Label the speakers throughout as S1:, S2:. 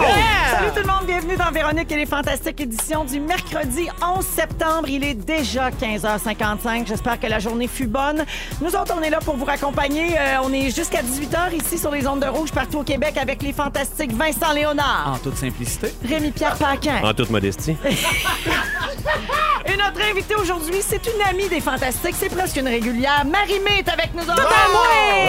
S1: Véronique!
S2: Salut tout le monde, bienvenue dans Véronique et les Fantastiques édition du mercredi 11 septembre. Il est déjà 15h55. J'espère que la journée fut bonne. Nous autres, on est là pour vous accompagner. Euh, on est jusqu'à 18h ici sur les ondes de rouge partout au Québec avec les Fantastiques Vincent Léonard,
S3: En toute simplicité.
S2: Rémi-Pierre Paquin.
S3: Ah.
S1: En toute modestie.
S2: Et notre invitée aujourd'hui, c'est une amie des Fantastiques, c'est presque une régulière. Marie-Mé est avec nous. Tout en
S3: Ouais!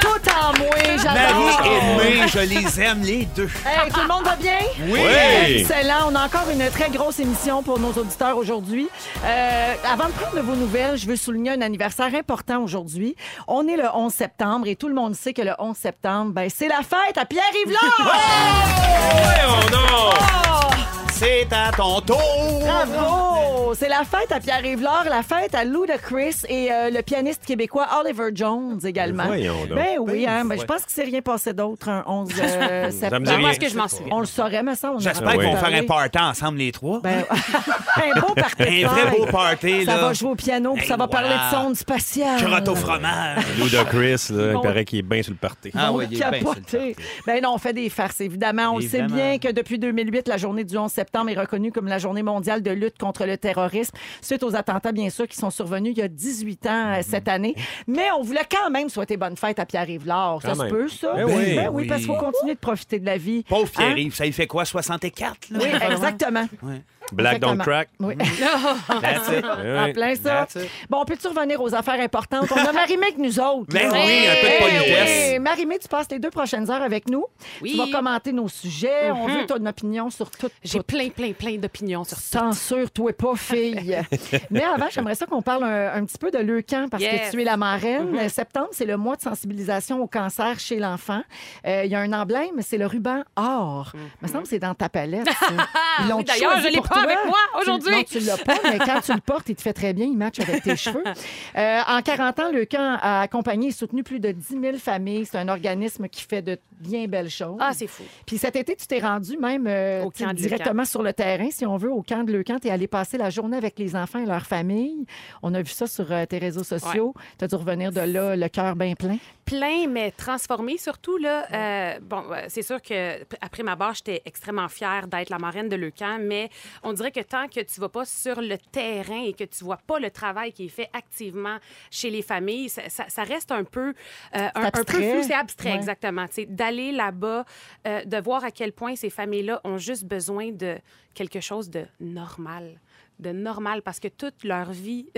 S2: Tout en moué, j'adore!
S3: Marie et May, je les aime les deux.
S2: Hey,
S4: Ah.
S2: tout le monde va bien?
S3: Oui.
S1: Oui.
S2: Excellent. On a encore une très grosse émission pour nos auditeurs aujourd'hui. Euh, avant de prendre de vos nouvelles, je veux souligner un anniversaire important aujourd'hui. On est le 11 septembre et tout le monde sait que le 11 septembre, ben, c'est la fête à Pierre-Yves Lard!
S1: Voyons donc!
S3: C'est à ton tour.
S2: Bravo! C'est la fête à Pierre-Yves Lard, la fête à Ludacris et euh, le pianiste québécois Oliver Jones également.
S1: Voyons donc.
S2: Ben oui, hein, ben, je pense qu'il s'est rien passé d'autre un 11 euh,
S1: me
S2: septembre.
S1: dit rien.
S4: Moi, est-ce que je m'en souviens?
S2: On le saurait, mais ça, on en
S3: J'espère
S2: aurait
S3: qu'ils vont
S2: parlé.
S3: faire un party ensemble, les trois.
S2: Ah Ben, un beau party. de
S3: un vrai
S2: fête.
S3: beau party,
S2: Ça
S3: là.
S2: va jouer au piano, puis
S3: Hey,
S2: ça va
S3: voilà.
S2: parler de sonde spatiale.
S3: Crotte au fromage.
S1: Luda Chris, là, il paraît qu'il est bien sur le party.
S3: Ah
S2: On
S3: oui, il est bien sur le
S2: capotait. Ben non, on fait des farces, évidemment. On
S3: Évidemment.
S2: sait bien que depuis 2008, la journée du 11 septembre est reconnue comme la journée mondiale de lutte contre le terrorisme, suite aux attentats, bien sûr, qui sont survenus il y a 18 ans euh,
S3: Mm.
S2: cette année. Mais on voulait quand même souhaiter bonne fête à Pierre-Yves Lard. Ça
S1: Quand
S2: se
S1: même.
S2: peut, ça?
S1: Ben oui.
S2: Ben oui,
S3: Oui.
S2: parce qu'il faut continuer de profiter de la vie.
S3: Pauvre
S2: Hein?
S3: Pierre-Yves, ça y fait quoi, 64, là?
S2: Oui, exactement.
S1: Black Don't
S2: Exactement.
S1: Crack.
S2: Oui.
S3: That's it.
S2: en plein ça.
S3: That's it.
S2: Bon, on peut-tu revenir aux affaires importantes? On a Marimé avec nous autres.
S3: Ben
S2: là.
S3: oui, un peu de
S2: Eh
S3: politesse.
S2: oui. Marie-Mé, tu passes les deux prochaines heures avec nous.
S4: Oui.
S2: Tu vas commenter nos sujets.
S3: Mhm.
S2: On veut ton opinion sur tout.
S4: J'ai
S2: tout.
S4: plein, plein, plein d'opinions sur ça.
S2: Censure, toi pas, fille. Mais avant, j'aimerais ça qu'on parle un, un petit peu de Leucan parce
S4: Yes. Mm-hmm.
S2: que tu es la marraine. Euh, Septembre, c'est le mois de sensibilisation au cancer chez l'enfan. Euh, Il y a un emblème, c'est le ruban or. Il me semble que c'est dans ta palette. ça. Ils l'ont
S4: Mm-hmm. Oui, d'ailleurs,
S2: choisi
S4: je l'ai
S2: pour toi.
S4: pas avec moi
S2: Tu-
S4: aujourd'hui.
S2: non, tu l'as pas, mais quand tu le portes, il te fait très bien, il match avec tes cheveux. Euh, en 40 ans, le camp a accompagné et soutenu plus de 10 000 familles. C'est un organisme qui fait de bien belles choses.
S4: Ah, c'est fou.
S2: Puis cet été, tu t'es rendu même euh,
S4: Au
S2: tu sais,
S4: camp de
S2: directement sur le terrain, si on veut, au camp de Leucan. Tu es allé passer la journée avec les enfants et leurs familles. On a vu ça sur euh, tes réseaux sociaux. Tu as dû revenir de là, le cœur bien plein.
S4: Plein, mais transformé. Surtout, là, euh, bon, euh, c'est sûr que p- après ma barre, j'étais extrêmement fière d'être la marraine de Leucan, mais on dirait que tant que tu vas pas sur le terrain et que tu vois pas le travail qui est fait activement chez les familles, ça, ça- ça reste un peu, euh, un, un peu
S2: abstrait.
S4: flou. C'est abstrait,
S2: Ouais.
S4: exactement. Tu sais, D'aller là-bas, euh, de voir à quel point ces familles-là ont juste besoin de quelque chose de normal. De normal, parce que toute leur vie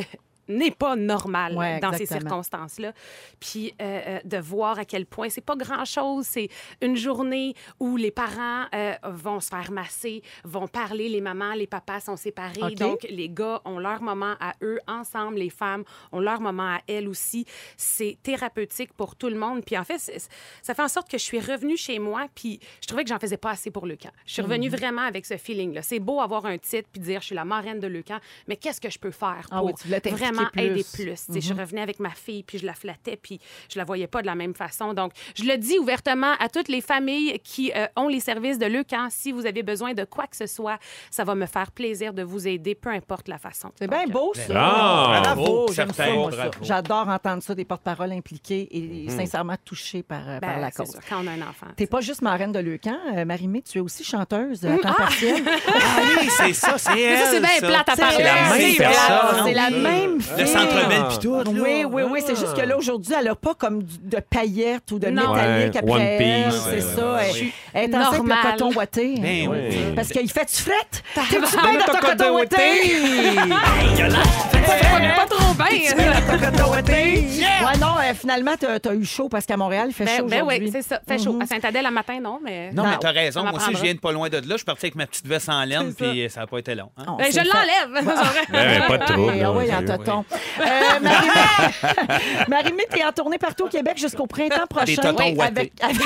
S4: n'est pas normale
S2: Ouais,
S4: dans ces
S2: exactement.
S4: circonstances circonstances-là. Puis euh, euh, de voir à quel point c'est pas grand-chose, c'est une journée où les parents euh, vont se faire masser, vont parler, les mamans, les papas sont séparés.
S2: OK.
S4: Donc les gars ont leur moment à eux ensemble, les femmes ont leur moment à elles aussi. C'est thérapeutique pour tout le monde. Puis en fait, c'est- ça fait en sorte que je suis revenue chez moi, puis je trouvais que j'en faisais pas assez pour le camp. Je suis revenue
S2: Mhm.
S4: vraiment avec ce feeling-là. C'est beau avoir un titre puis dire je suis la marraine de le camp, mais qu'est-ce que je peux faire
S2: Ah
S4: pour
S2: oui, tu voulais t'impliquer
S4: vraiment
S2: plus.
S4: aider plus? Tu sais, Je
S2: Mhm.
S4: revenais avec ma fille, puis je la flattais, puis je la voyais pas de la même façon. Donc, je le dis ouvertement à toutes les familles qui euh, ont les services de Leucan. Si vous avez besoin de quoi que ce soit, ça va me faire plaisir de vous aider, peu importe la façon.
S2: C'est
S4: Donc,
S2: bien
S4: euh,
S2: beau, ça.
S1: Ah,
S2: bravo,
S3: bravo,
S2: j'aime ça,
S3: certain,
S2: moi, ça.
S3: bravo. Mhm.
S2: J'adore entendre ça des porte-paroles impliqués et sincèrement touchés par, euh, par
S4: ben,
S2: la
S4: c'est
S2: cause.
S4: sûr, quand on a un enfant.
S2: T'es pas juste marraine de Leucan, euh, Marie-Mé, tu es aussi chanteuse euh, à temps partiel.
S3: Ah oui, c'est ça, c'est elle.
S4: Mais ça, c'est bien plate à parler.
S3: C'est la
S2: vrai,
S3: même
S2: c'est vrai.
S3: personne.
S2: C'est la même
S3: Le
S2: fille.
S3: centre belle pis tout, là. hein.
S2: Oui, oui, oui. C'est juste que là, aujourd'hui, elle n'a pas comme du- de paillettes ou de
S4: Non.
S2: métallique
S1: Ouais,
S2: après
S1: One
S2: elle.
S1: Piece,
S2: C'est
S1: ouais,
S2: ça.
S3: ouais,
S2: elle-
S3: ouais.
S2: Elle est enceinte de
S4: Normale.
S2: coton ouaté.
S3: Ben oui.
S1: Oui.
S2: Parce qu'il fait du frette. T'es-tu bien dans ton coton ouaté?
S4: pas trop bien.
S2: Coton ouaté? Ouais, non, euh, finalement, t'as as eu chaud parce qu'à Montréal, il fait chaud
S4: Ben, ben
S2: aujourd'hui. Mhm.
S4: oui, c'est ça. Fait chaud. À Saint-Adèle, le matin, non, mais.
S3: Non,
S2: Non,
S3: mais t'as raison.
S4: ça
S3: Moi aussi, je
S4: m'apprendra.
S3: viens de pas loin de là. Je suis parti avec ma petite veste en laine,
S4: C'est ça.
S3: puis ça n'a pas été long. hein.
S2: On
S4: Ben, je
S2: s'est fait-
S4: l'enlève.
S1: Ben, pas de
S4: Oh,
S1: trouble.
S2: Ah, Oui,
S1: là,
S2: oui, en
S1: sérieux.
S2: toton. Euh, Marie-Mé- Marie-Mé, t'es en tournée partout au Québec jusqu'au printemps prochain.
S3: Des totons
S2: Oui,
S3: ouatés.
S2: avec, avec,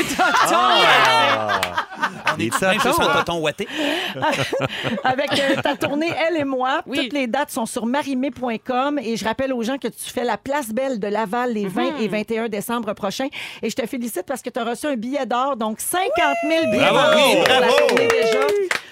S1: Ah!
S3: On est même juste en
S1: hein.
S3: tonton ouaté.
S2: avec euh, ta tournée Elle et moi.
S4: Oui.
S2: Toutes les dates sont sur marimé.com et je rappelle aux gens que tu fais la place belle de Laval les 20
S4: Mhm.
S2: et 21 décembre prochains. Et je te félicite parce que tu as reçu un billet d'or, donc 50 000 billets
S3: Bravo,
S2: d'or pour la
S3: bravo.
S2: tournée déjà.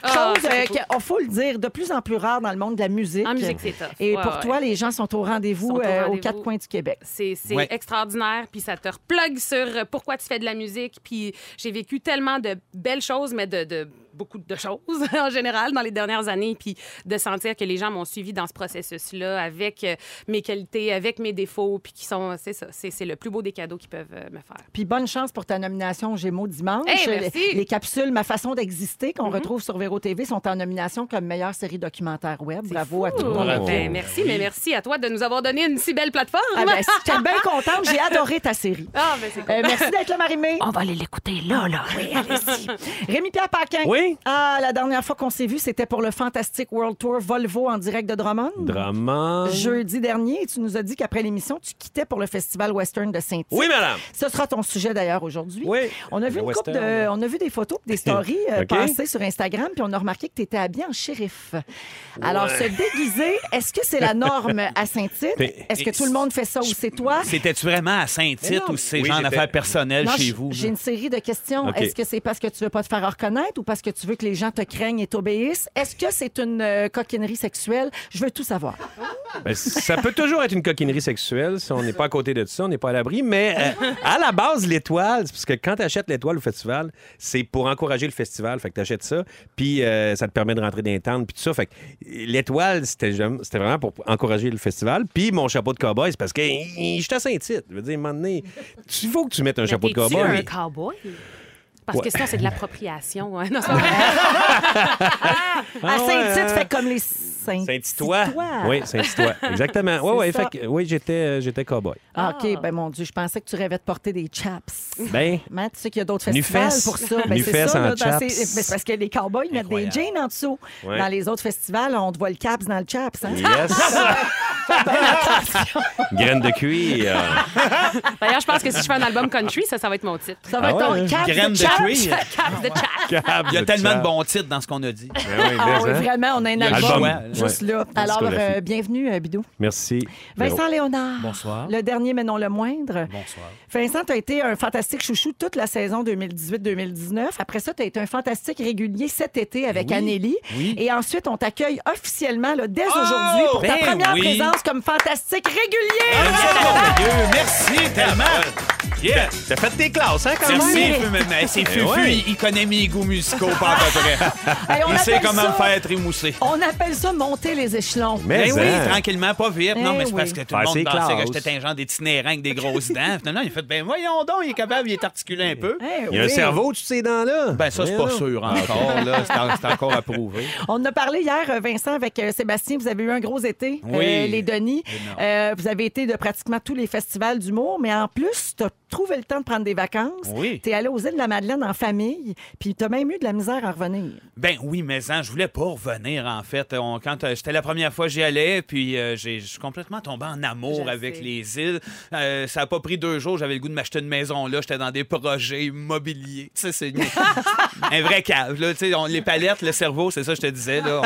S4: Ah,
S2: Chose,
S4: ça,
S2: euh,
S4: c'est
S2: qu'on- faut le dire, de plus en plus rare dans le monde de la musique.
S4: En musique, c'est tough.
S2: Et
S4: Ouais,
S2: pour
S4: ouais.
S2: toi, les gens sont au rendez-vous
S4: Sont au
S2: euh, aux
S4: rendez-vous.
S2: quatre coins du Québec.
S4: C'est c'est
S3: Ouais.
S4: extraordinaire, puis ça te replugue sur euh, pourquoi tu fais de la musique. Puis j'ai vécu tellement de belles choses, mais de, de beaucoup de choses en général dans les dernières années, puis de sentir que les gens m'ont suivi dans ce processus-là avec euh, mes qualités, avec mes défauts, puis qui sont, c'est ça, c'est c'est le plus beau des cadeaux qu'ils peuvent euh, me faire.
S2: Puis bonne chance pour ta nomination aux Gémeaux dimanche.
S4: Hey, merci.
S2: Les, les capsules Ma façon d'exister qu'on retrouve sur Véro TV sont en nomination comme meilleure série documentaire web. Bravo à tout le monde.
S1: Oh. Bravo.
S4: Ben, merci, mais merci à toi de nous avoir donné une si belle plateforme.
S2: Ah ben, je suis bien contente. J'ai adoré ta série.
S4: Ah, ben, c'est cool.
S2: Euh, merci d'être là, Marie-Mé.
S4: On va aller l'écouter là, là.
S2: Rémi-Pierre Paquin.
S1: Oui.
S2: Ah, la dernière fois qu'on s'est vu, c'était pour le Fantastic World Tour Volvo en direct de Drummond.
S1: Drama.
S2: Jeudi dernier, et tu nous as dit qu'après l'émission, tu quittais pour le Festival Western de Saint-Tite.
S1: Oui, madame.
S2: Ce sera ton sujet d'ailleurs aujourd'hui.
S1: Oui.
S2: On a vu
S1: Le
S2: une couple de,
S1: western.
S2: on a vu des photos, puis des stories euh,
S1: OK.
S2: passer sur Instagram, puis on a remarqué que tu étais habillé en shérif. Alors, se déguiser, est-ce que c'est la norme à Saint-Tite
S1: Mais-
S2: Est-ce que tout le monde fait ça ou c'est toi
S3: C'était-tu vraiment à Saint-Tite ou c'est
S1: Oui,
S3: genre en
S1: j'étais-
S3: affaires personnelles
S2: Non,
S3: chez
S2: j-
S3: vous?
S2: J'ai une série de questions.
S1: OK.
S2: Est-ce que c'est parce que tu veux pas te faire reconnaître ou parce que tu veux que les gens te craignent et t'obéissent Est-ce que c'est une euh, coquinerie sexuelle Je veux tout savoir.
S1: Ben, ça peut toujours être une coquinerie sexuelle. Si on n'est pas à côté de ça, on n'est pas à l'abri. Mais euh, à la base, l'étoile, c'est parce que quand tu achètes l'étoile au festival, c'est pour encourager le festival. Fait que tu achètes ça, puis euh, ça te permet de rentrer dans les tentes, puis tout ça. Fait que l'étoile, c'était jam- c'était vraiment pour encourager le festival. Puis mon chapeau de cowboy, c'est parce que euh, je suis à Saint-Tite. Je veux dire, à un moment donné, tu faut que tu mettes un chapeau de
S4: T'es-tu
S1: cowboy.
S4: un cowboy? Parce que
S1: Ouais.
S4: sinon, c'est de l'appropriation. hein. Non, c'est pas vrai.
S2: à
S1: ouais,
S2: Saint-Tite,
S1: hein?
S2: fait comme les saint
S1: Saint-Titois. Oui, Saint-Titois. Exactement. Ouais, ouais,
S2: ça.
S1: fait que, oui, j'étais euh, j'étais cowboy.
S2: Ah, OK, ben mon Dieu, je pensais que tu rêvais de porter des chaps.
S1: Ben,
S2: Matt, Hein, tu sais qu'il y a d'autres
S1: Nu
S2: festivals
S1: fesse.
S2: pour ça.
S1: Nu
S2: c'est
S1: fesse
S2: ça,
S1: E en
S2: là, dans
S1: chaps.
S2: ces- ben, c'est parce que les cowboys mettent des
S3: Incroyable.
S2: jeans en dessous.
S1: Ouais.
S2: Dans les autres festivals, on te voit le caps dans le chaps. Hein?
S1: yes. Graine de cuir.
S4: D'ailleurs, je pense que si je fais un album country, ça, ça va être mon titre.
S2: Ça va être ton
S1: ouais.
S2: caps de
S3: Graine de
S2: chaps.
S3: cuir.
S4: Caps de chat.
S3: Il y a tellement de bons titres dans ce qu'on a dit.
S1: Ben
S2: Ah
S1: hein?
S2: oui, vraiment, on a un
S3: a le
S2: album
S3: choix, là.
S2: juste là.
S1: Une
S2: Alors,
S1: discographie.
S2: euh, bienvenue, euh, Bidou.
S1: Merci.
S2: Vincent Léonard.
S3: Bonsoir.
S2: Le dernier, mais non le moindre.
S3: Bonsoir.
S2: Vincent, tu as été un fantastique chouchou toute la saison 2018-2019. Après ça, tu as été un fantastique régulier cet été avec Anélie.
S3: oui.
S2: Et ensuite, on t'accueille officiellement là, dès aujourd'hui pour ta
S3: ben
S2: première
S3: oui. Ah,
S2: présence comme fantastique régulier.
S3: Merci tellement. Yeah.
S1: T'as fait tes classes, hein, quand
S3: Merci,
S2: Ouais.
S3: Fufu, mais- mais c'est Fufu,
S1: Eh ouais.
S3: il- il connaît mes goûts musicaux pas à peu près.
S2: Hey, on
S3: Il sait
S2: appelle
S3: comment
S2: ça-
S3: me faire trémousser.
S2: On appelle ça monter les échelons.
S1: Mais
S3: Ben oui,
S1: hein.
S3: tranquillement, pas vite. non,
S2: Eh
S3: mais c'est
S2: oui.
S3: parce que tout
S1: Ah,
S3: le
S1: c'est
S3: monde pensait
S1: classe.
S3: que j'étais un genre d'étinérant avec des grosses dents. Non, non, il a fait, ben voyons donc, il est capable, il est articulé un peu.
S2: Eh
S1: Il y a un
S2: oui.
S1: cerveau, tu sais, dans là. Ah,
S3: Ben ça, c'est pas sûr
S1: hein.
S3: encore, là. C'est en- C'est encore à prouver.
S2: On en a parlé hier, euh, Vincent, avec euh, Sébastien. Vous avez eu un gros été, euh,
S3: Oui.
S2: les Denis.
S3: Énorme.
S2: Euh, vous avez été de pratiquement tous les festivals d'humour, mais en plus, tu as trouvé le temps de prendre des vacances.
S3: Oui.
S2: Tu es allé aux îles de la Madeleine en famille, puis tu as même eu de la misère à revenir.
S3: Ben oui, mais hein, je voulais pas revenir, en fait. On- quand euh, C'était la première fois que j'y allais, puis euh, j'ai- je suis complètement tombé en amour
S4: Je
S3: avec
S4: sais.
S3: les îles. Euh, ça a pas pris deux jours, j'avais le goût de m'acheter une maison là. J'étais dans des projets immobiliers. Tu sais, c'est une- un vrai cave. Là, Tu sais, on, les palettes, le cerveau, c'est ça que je te disais. Là,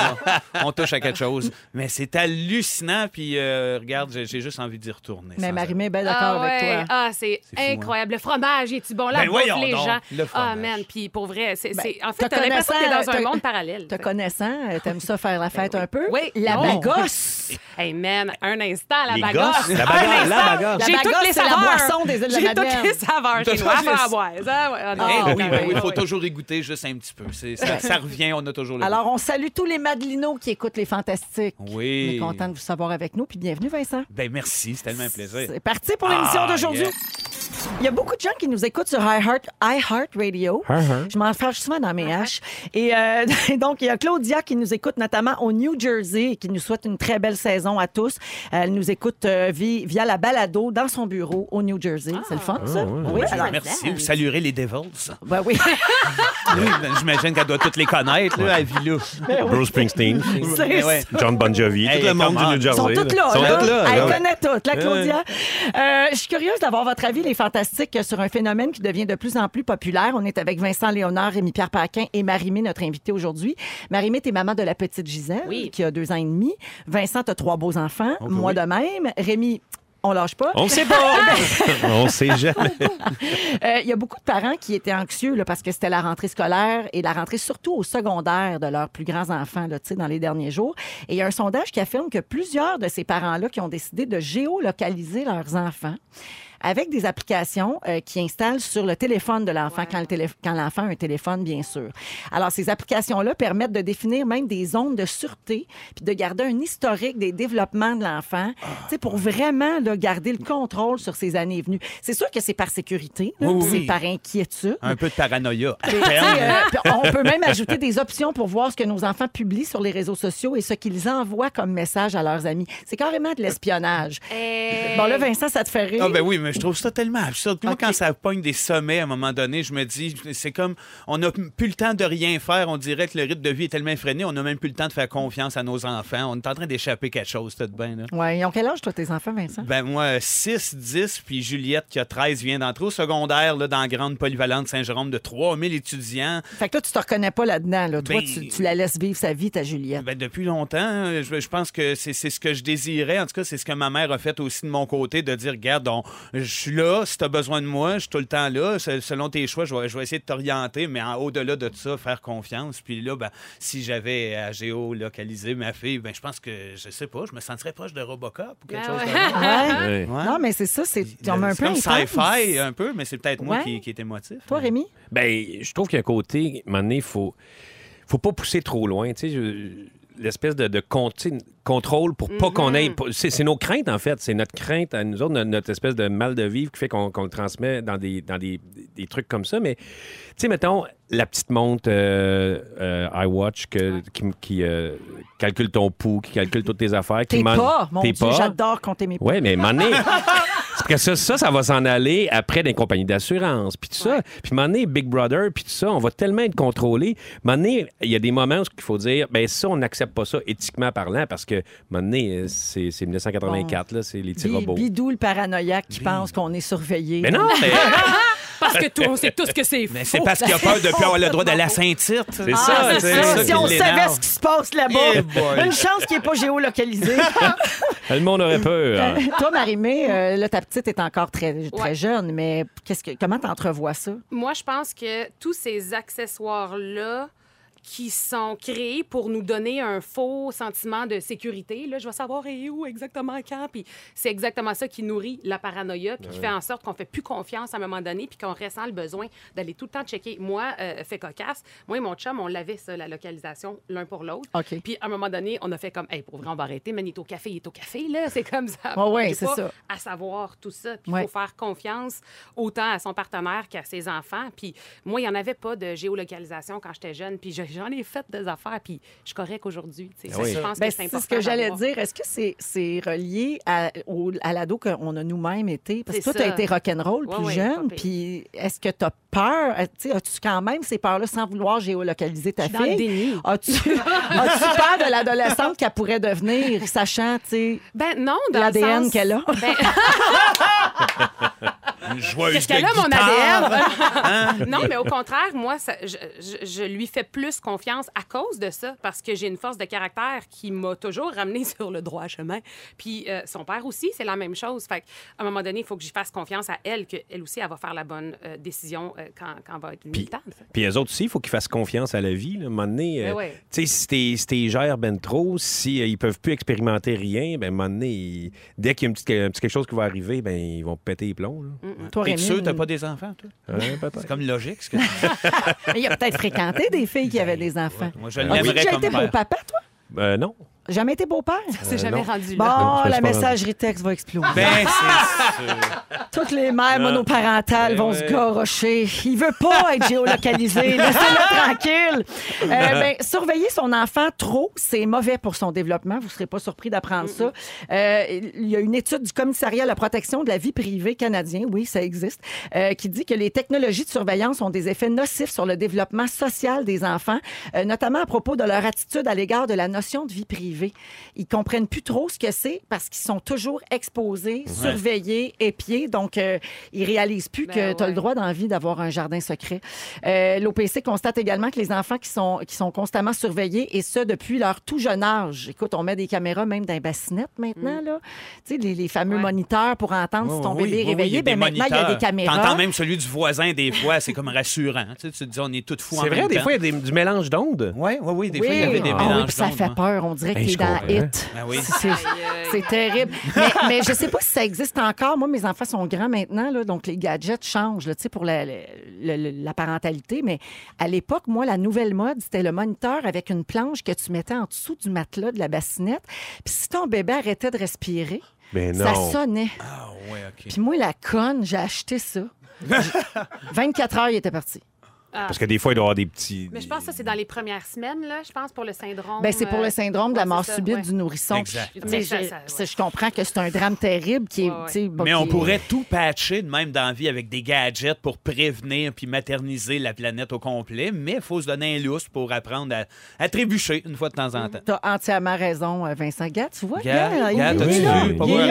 S3: on, on touche à quelque chose. Mais c'est hallucinant, puis euh, regarde, j'ai j'ai juste envie d'y retourner.
S2: Mais
S3: sans
S2: Marie-Mé est bien
S4: Ah
S2: d'accord
S4: ouais.
S2: avec toi.
S4: Ah, c'est
S3: C'est fou, hein.
S4: incroyable. Le fromage, il est bon là?
S3: Ben
S4: bouffe,
S3: voyons
S4: les
S3: donc,
S4: gens.
S3: le
S4: ah,
S3: fromage.
S4: man, puis pour vrai, c'est... c'est- En
S2: te
S4: fait, t'as l'impression que t'es
S2: Ben, connaissant,
S4: dans un
S2: te-
S4: monde parallèle.
S2: Te
S4: t'sais.
S2: connaissant, euh, t'aimes ça faire la fête un peu?
S4: Oui.
S2: La
S4: Non.
S2: bagosse!
S4: Hey, man, un instant, la
S1: Les
S4: bagosse.
S1: gosses, la bagosse,
S4: Un
S1: la
S4: instant.
S1: bagosse.
S2: La
S4: J'ai toutes
S2: bagosse,
S4: les
S2: c'est la
S4: saveurs.
S2: boisson des îles de la
S4: J'ai toutes
S2: Madeleine.
S4: les saveurs
S3: T'as
S4: chez nous. À
S3: choisi-
S4: framboise. Ah, ouais, ah, non,
S3: Eh
S4: ah,
S3: oui,
S4: ouais,
S3: ben oui,
S4: ouais,
S3: faut
S4: ouais.
S3: toujours y goûter juste un petit peu. C'est- Ça, ça revient, on a toujours le goût.
S2: Alors, on salue tous les Madelinos qui écoutent les Fantastiques.
S3: Oui.
S2: On est content de vous savoir avec nous, puis bienvenue, Vincent.
S3: Ben merci, c'est tellement un plaisir.
S2: C'est parti pour l'émission
S3: Ah,
S2: d'aujourd'hui.
S3: yeah.
S2: Il y a beaucoup de gens qui nous écoutent sur iHeart, iHeart Radio. Je m'en fâche souvent dans mes haches. Et euh, donc, il y a Claudia qui nous écoute notamment au New Jersey et qui nous souhaite une très belle saison à tous. Elle nous écoute euh, vi- via la balado dans son bureau au New Jersey. C'est le fun, ça? Oui, alors-
S3: Ben, Merci. Vous saluerez les Devils.
S2: Ben oui.
S3: Oui, ben, J'imagine qu'elle doit toutes les connaître, là, à Vilou.
S1: Bruce Springsteen,
S2: C'est
S3: ouais.
S1: John Bon Jovi,
S3: Hey,
S1: tout le monde du
S3: comment-
S1: New Jersey.
S2: Ils sont toutes là.
S1: Ils sont
S2: là.
S1: toutes là,
S2: Elle
S1: là.
S2: connaît toutes, la Claudia. Euh, je suis curieuse d'avoir votre avis, les fantastiques, sur un phénomène qui devient de plus en plus populaire. On est avec Vincent Léonard, Rémi-Pierre Paquin et Marimé, notre invitée aujourd'hui. Marimé, t'es maman de la petite Gisèle,
S4: Oui.
S2: qui a deux ans et demi. Vincent, t'as trois beaux enfants, moi de même. Rémi... on lâche pas.
S1: Oh, ben On sait pas. on sait jamais.
S2: Euh, Il y a beaucoup de parents qui étaient anxieux là, parce que c'était la rentrée scolaire et la rentrée surtout au secondaire de leurs plus grands enfants là, tu sais, dans les derniers jours. Et il y a un sondage qui affirme que plusieurs de ces parents-là qui ont décidé de géolocaliser leurs enfants avec des applications euh, qui installent sur le téléphone de l'enfant, quand, le télé- quand l'enfant a un téléphone, bien sûr. Alors, ces applications-là permettent de définir même des zones de sûreté, puis de garder un historique des développements de l'enfant, tu sais, pour vraiment là, garder le contrôle sur ces années venues. C'est sûr que c'est par sécurité, là,
S3: Oui, oui,
S2: puis c'est
S3: oui.
S2: par inquiétude.
S3: Un peu de paranoïa.
S2: Mais, tu sais, euh, puis on peut même ajouter des options pour voir ce que nos enfants publient sur les réseaux sociaux et ce qu'ils envoient comme message à leurs amis. C'est carrément de l'espionnage.
S4: Hey.
S2: Bon, là, Vincent, ça te fait rire.
S3: Ah ben oui, mais je trouve ça tellement absurde. Moi,
S2: Ok.
S3: quand ça pogne des sommets, à un moment donné, je me dis, c'est comme, on n'a plus le temps de rien faire. On dirait que le rythme de vie est tellement effréné, on n'a même plus le temps de faire confiance à nos enfants. On est en train d'échapper quelque chose, tout de bien, là.
S2: Ouais, ils ont quel âge, toi, tes enfants, Vincent?
S3: Ben moi, 6, 10, puis Juliette qui a 13 vient d'entrer au secondaire là, dans la grande polyvalente Saint-Jérôme de 3000 étudiants.
S2: Fait que toi, tu te reconnais pas là-dedans. Là. Toi,
S3: Ben-
S2: tu, tu la laisses vivre sa vie, ta Juliette.
S3: Ben, depuis longtemps, euh, je, je pense que c'est c'est ce que je désirais. En tout cas, c'est ce que ma mère a fait aussi de mon côté, de dire, regarde, on- je suis là, si tu as besoin de moi, je suis tout le temps là. Se- Selon tes choix, je vais, je vais essayer de t'orienter, mais en- au-delà de ça, faire confiance. Puis là, ben, si j'avais à géolocaliser ma fille, ben, je pense que, je sais pas, je me sentirais proche de Robocop ou quelque
S4: Ah
S3: chose
S4: ouais.
S3: de même.
S2: Ouais.
S1: Ouais.
S3: Ben- Ouais. Ben,
S2: Non, mais c'est ça, c'est
S3: C'est
S2: on met un peu
S3: comme
S2: intense.
S3: sci-fi, euh. un peu, mais c'est peut-être moi
S2: Ouais.
S3: qui, qui est émotif.
S2: Toi, Rémi?
S1: Ben, je trouve qu'il y a un côté, à un moment donné, faut, faut pas pousser trop loin. Tu sais, je- l'espèce de, de con- tu sais, contrôle pour pas
S2: Mm-hmm.
S1: qu'on aille. pas- C'est, c'est nos craintes, en fait. C'est notre crainte à nous autres, notre, notre espèce de mal de vivre qui fait qu'on, qu'on le transmet dans des, dans des, des trucs comme ça. Mais, tu sais, mettons, la petite montre euh, euh, iWatch que, qui, qui, euh, calcule ton pouls, qui calcule toutes tes affaires. qui
S2: T'es
S1: man-
S2: pas, mon
S1: t'es
S2: Dieu,
S1: pas.
S2: j'adore compter mes
S1: Oui, mais à un moment donné, c'est parce que ça, ça, ça va s'en aller après des compagnies d'assurance, puis tout ça. Puis à un moment donné, Big Brother, puis tout ça, on va tellement être contrôlé. À un moment donné, il y a des moments où il faut dire, ben ça, on n'accepte pas ça éthiquement parlant, parce que à un moment donné, euh, c'est c'est 1984, là, c'est les petits
S2: Bi-
S1: robots.
S2: Bidou le paranoïaque qui pense qu'on est surveillé.
S1: Mais non, mais
S4: Parce que tout, on sait tous que c'est
S3: Mais
S4: faux.
S3: c'est parce qu'il a peur de plus avoir le droit d'aller à Saint-Tite.
S1: c'est
S2: Ah,
S1: ça, tu
S2: c'est
S1: sais,
S2: ça,
S1: ça
S2: si
S1: qui
S2: on
S3: l'énerve.
S2: savait ce qui se passe là-bas,
S3: Eh boy.
S2: une chance qu'il n'est pas géolocalisé.
S1: le monde aurait peur.
S2: Toi, Marimé, euh, là, ta petite est encore très, très
S4: Ouais.
S2: jeune, mais qu'est-ce que, comment t'entrevois ça?
S4: Moi, je pense que tous ces accessoires-là qui sont créés pour nous donner un faux sentiment de sécurité, là, je vais savoir et où exactement quand, puis c'est exactement ça qui nourrit la paranoïa, puis qui fait en sorte qu'on fait plus confiance à un moment donné, puis qu'on ressent le besoin d'aller tout le temps checker. Moi, euh, fait cocasse, moi et mon chum, on l'avait ça, la localisation l'un pour l'autre.
S2: OK.
S4: Puis à un moment donné, on a fait comme, hey, pour vrai, on va arrêter, man, il est au café, il est au café, là, c'est comme ça.
S2: Ouais, ouais,
S4: J'ai
S2: c'est
S4: pas
S2: ça.
S4: à savoir tout ça. Puis il
S2: Ouais.
S4: faut faire confiance autant à son partenaire qu'à ses enfants. Puis moi, il n'y en avait pas de géolocalisation quand j'étais jeune. Puis je- j'en ai fait des affaires. Puis je suis correcte aujourd'hui. tu sais.
S1: Ah oui.
S4: Je pense
S2: Ben,
S4: que c'est
S2: c'est
S4: important.
S2: ce que j'allais
S4: d'avoir.
S2: dire. Est-ce que c'est c'est relié à, au- à l'ado qu'on a nous-mêmes été? Parce que
S4: C'est
S2: toi, tu as
S4: ça.
S2: été rock'n'roll plus
S4: Ouais, ouais,
S2: jeune.
S4: pas pire.
S2: Puis est-ce que tu as peur? Euh, tu sais, As-tu quand même ces peurs-là sans vouloir géolocaliser ta
S4: Je suis dans le
S2: fille?
S4: déni.
S2: As-tu as-tu peur de l'adolescente qu'elle pourrait devenir, sachant, tu sais,
S4: Ben non, dans le
S2: l'ADN
S4: sens-
S2: qu'elle a?
S4: Ben,
S3: Une joueuse
S4: Qu'est-ce
S3: de
S4: qu'elle a, mon
S3: guitare.
S4: ADN? non, mais au contraire, moi, ça- je, je- je lui fais plus confiance à cause de ça, parce que j'ai une force de caractère qui m'a toujours ramenée sur le droit chemin. Puis euh, son père aussi, c'est la même chose. Fait qu'à un moment donné, il faut que j'y fasse confiance à elle, qu'elle aussi, elle va faire la bonne euh, décision euh, quand, quand va être venu le temps. de faire.
S1: Puis les autres aussi, il faut qu'ils fassent confiance à la vie. Là. À un moment donné, euh,
S4: Ben ouais.
S1: tu sais, si t'es si t'es gères ben trop, si euh, ils peuvent plus expérimenter rien, ben à un moment donné, ils- dès qu'il y a un petit, un petit quelque chose qui va arriver, ben ils vont péter les plombs. là.
S2: Toi,
S3: T'es
S2: Rémi,
S3: sûr que t'as pas des enfants, toi?
S1: Hein, peut-être.
S3: C'est comme logique, ce que
S2: mais il a peut-être fréquenté des filles qui avaient des enfants.
S3: Moi, je
S2: As-tu
S3: l'aimerais
S2: déjà
S3: comme
S2: été
S3: père.
S2: beau-papa, toi?
S1: Euh, non.
S2: Jamais été beau-père?
S4: C'est jamais
S1: non.
S4: rendu
S1: Non,
S4: là.
S2: Bon,
S1: je me
S2: la
S1: suis pas rendu.
S2: messagerie texte va exploser.
S3: Ben, c'est sûr.
S2: Toutes les mères monoparentales
S1: Ben
S2: vont
S1: ouais.
S2: se garrocher. Il veut pas être géolocalisé. Laissez-le tranquille. Euh, ben, surveiller son enfant trop, c'est mauvais pour son développement. Vous serez pas surpris d'apprendre ça. Euh, il y a une étude du commissariat à la protection de la vie privée canadien, oui, ça existe, euh, qui dit que les technologies de surveillance ont des effets nocifs sur le développement social des enfants, euh, notamment à propos de leur attitude à l'égard de la notion de vie privée. Ils comprennent plus trop ce que c'est parce qu'ils sont toujours exposés, surveillés, épiés. Donc, Donc, euh, ils réalisent plus
S4: Ben
S2: que tu as
S4: ouais.
S2: le droit dans la vie d'avoir un jardin secret. Euh, L'OPC constate également que les enfants qui sont, qui sont constamment surveillés, et ce, depuis leur tout jeune âge. Écoute, on met des caméras même dans les bassinettes maintenant, là. Tu sais, les, les fameux
S4: Mm. Ouais.
S2: moniteurs pour entendre si ton
S1: Oui,
S2: bébé
S1: oui,
S2: est
S1: oui,
S2: réveillé.
S1: il y a
S2: Ben, maintenant, il y a des caméras.
S3: T'entends même celui du voisin des fois, c'est comme rassurant. Tu, sais, tu te dis, on est tout fous en
S1: C'est vrai,
S3: même
S1: des
S3: temps.
S1: fois, il y a des- du mélange d'ondes.
S3: Oui, oui, oui, des fois, il y
S2: Oui.
S3: avait des
S2: Ah
S3: mélanges.
S2: oui, puis ça
S3: d'ondes,
S2: fait
S3: hein.
S2: peur. On dirait
S1: Ben,
S2: qu'il
S1: je
S2: est dans
S1: comprends.
S2: Hit.
S3: Ben oui.
S2: C'est-
S4: euh,
S2: C'est terrible. Mais, mais je sais pas si ça existe encore. Moi, mes enfants sont grands maintenant, là, donc les gadgets changent là, tu sais, pour la, le- le- la parentalité. Mais à l'époque, moi, la nouvelle mode, c'était le moniteur avec une planche que tu mettais en dessous du matelas de la bassinette. Puis si ton bébé arrêtait de respirer,
S1: Ben
S2: ça
S1: non.
S2: sonnait.
S3: Ah, ouais, OK.
S2: Puis moi, la conne, j'ai acheté ça. J'ai- 24 heures, il était parti.
S1: Parce que des fois, il doit y avoir des petits.
S4: Mais je pense que ça, c'est dans les premières semaines, là, je pense, pour le syndrome. euh,
S2: Ben, c'est pour le syndrome de la
S4: ouais,
S2: mort
S4: c'est ça,
S2: subite
S4: ouais.
S2: du nourrisson.
S3: Exact.
S2: Tu sais,
S4: Mais
S2: je,
S4: ça, ça, ouais.
S2: je comprends que c'est un drame terrible qui est.
S4: Ouais, ouais.
S2: tu sais, bon,
S3: Mais on
S2: qui-
S3: pourrait tout patcher de même dans la vie avec des gadgets pour prévenir puis materniser la planète au complet, mais il faut se donner un lousse pour apprendre à, à trébucher une fois de temps en temps.
S2: T'as entièrement raison, euh, Vincent Gat. Tu vois,
S3: Gars,
S2: Gars, il
S3: gars,
S2: est
S3: t'as-tu
S2: là.
S1: vu?
S2: Il
S1: Pas
S2: est
S1: pour
S2: là.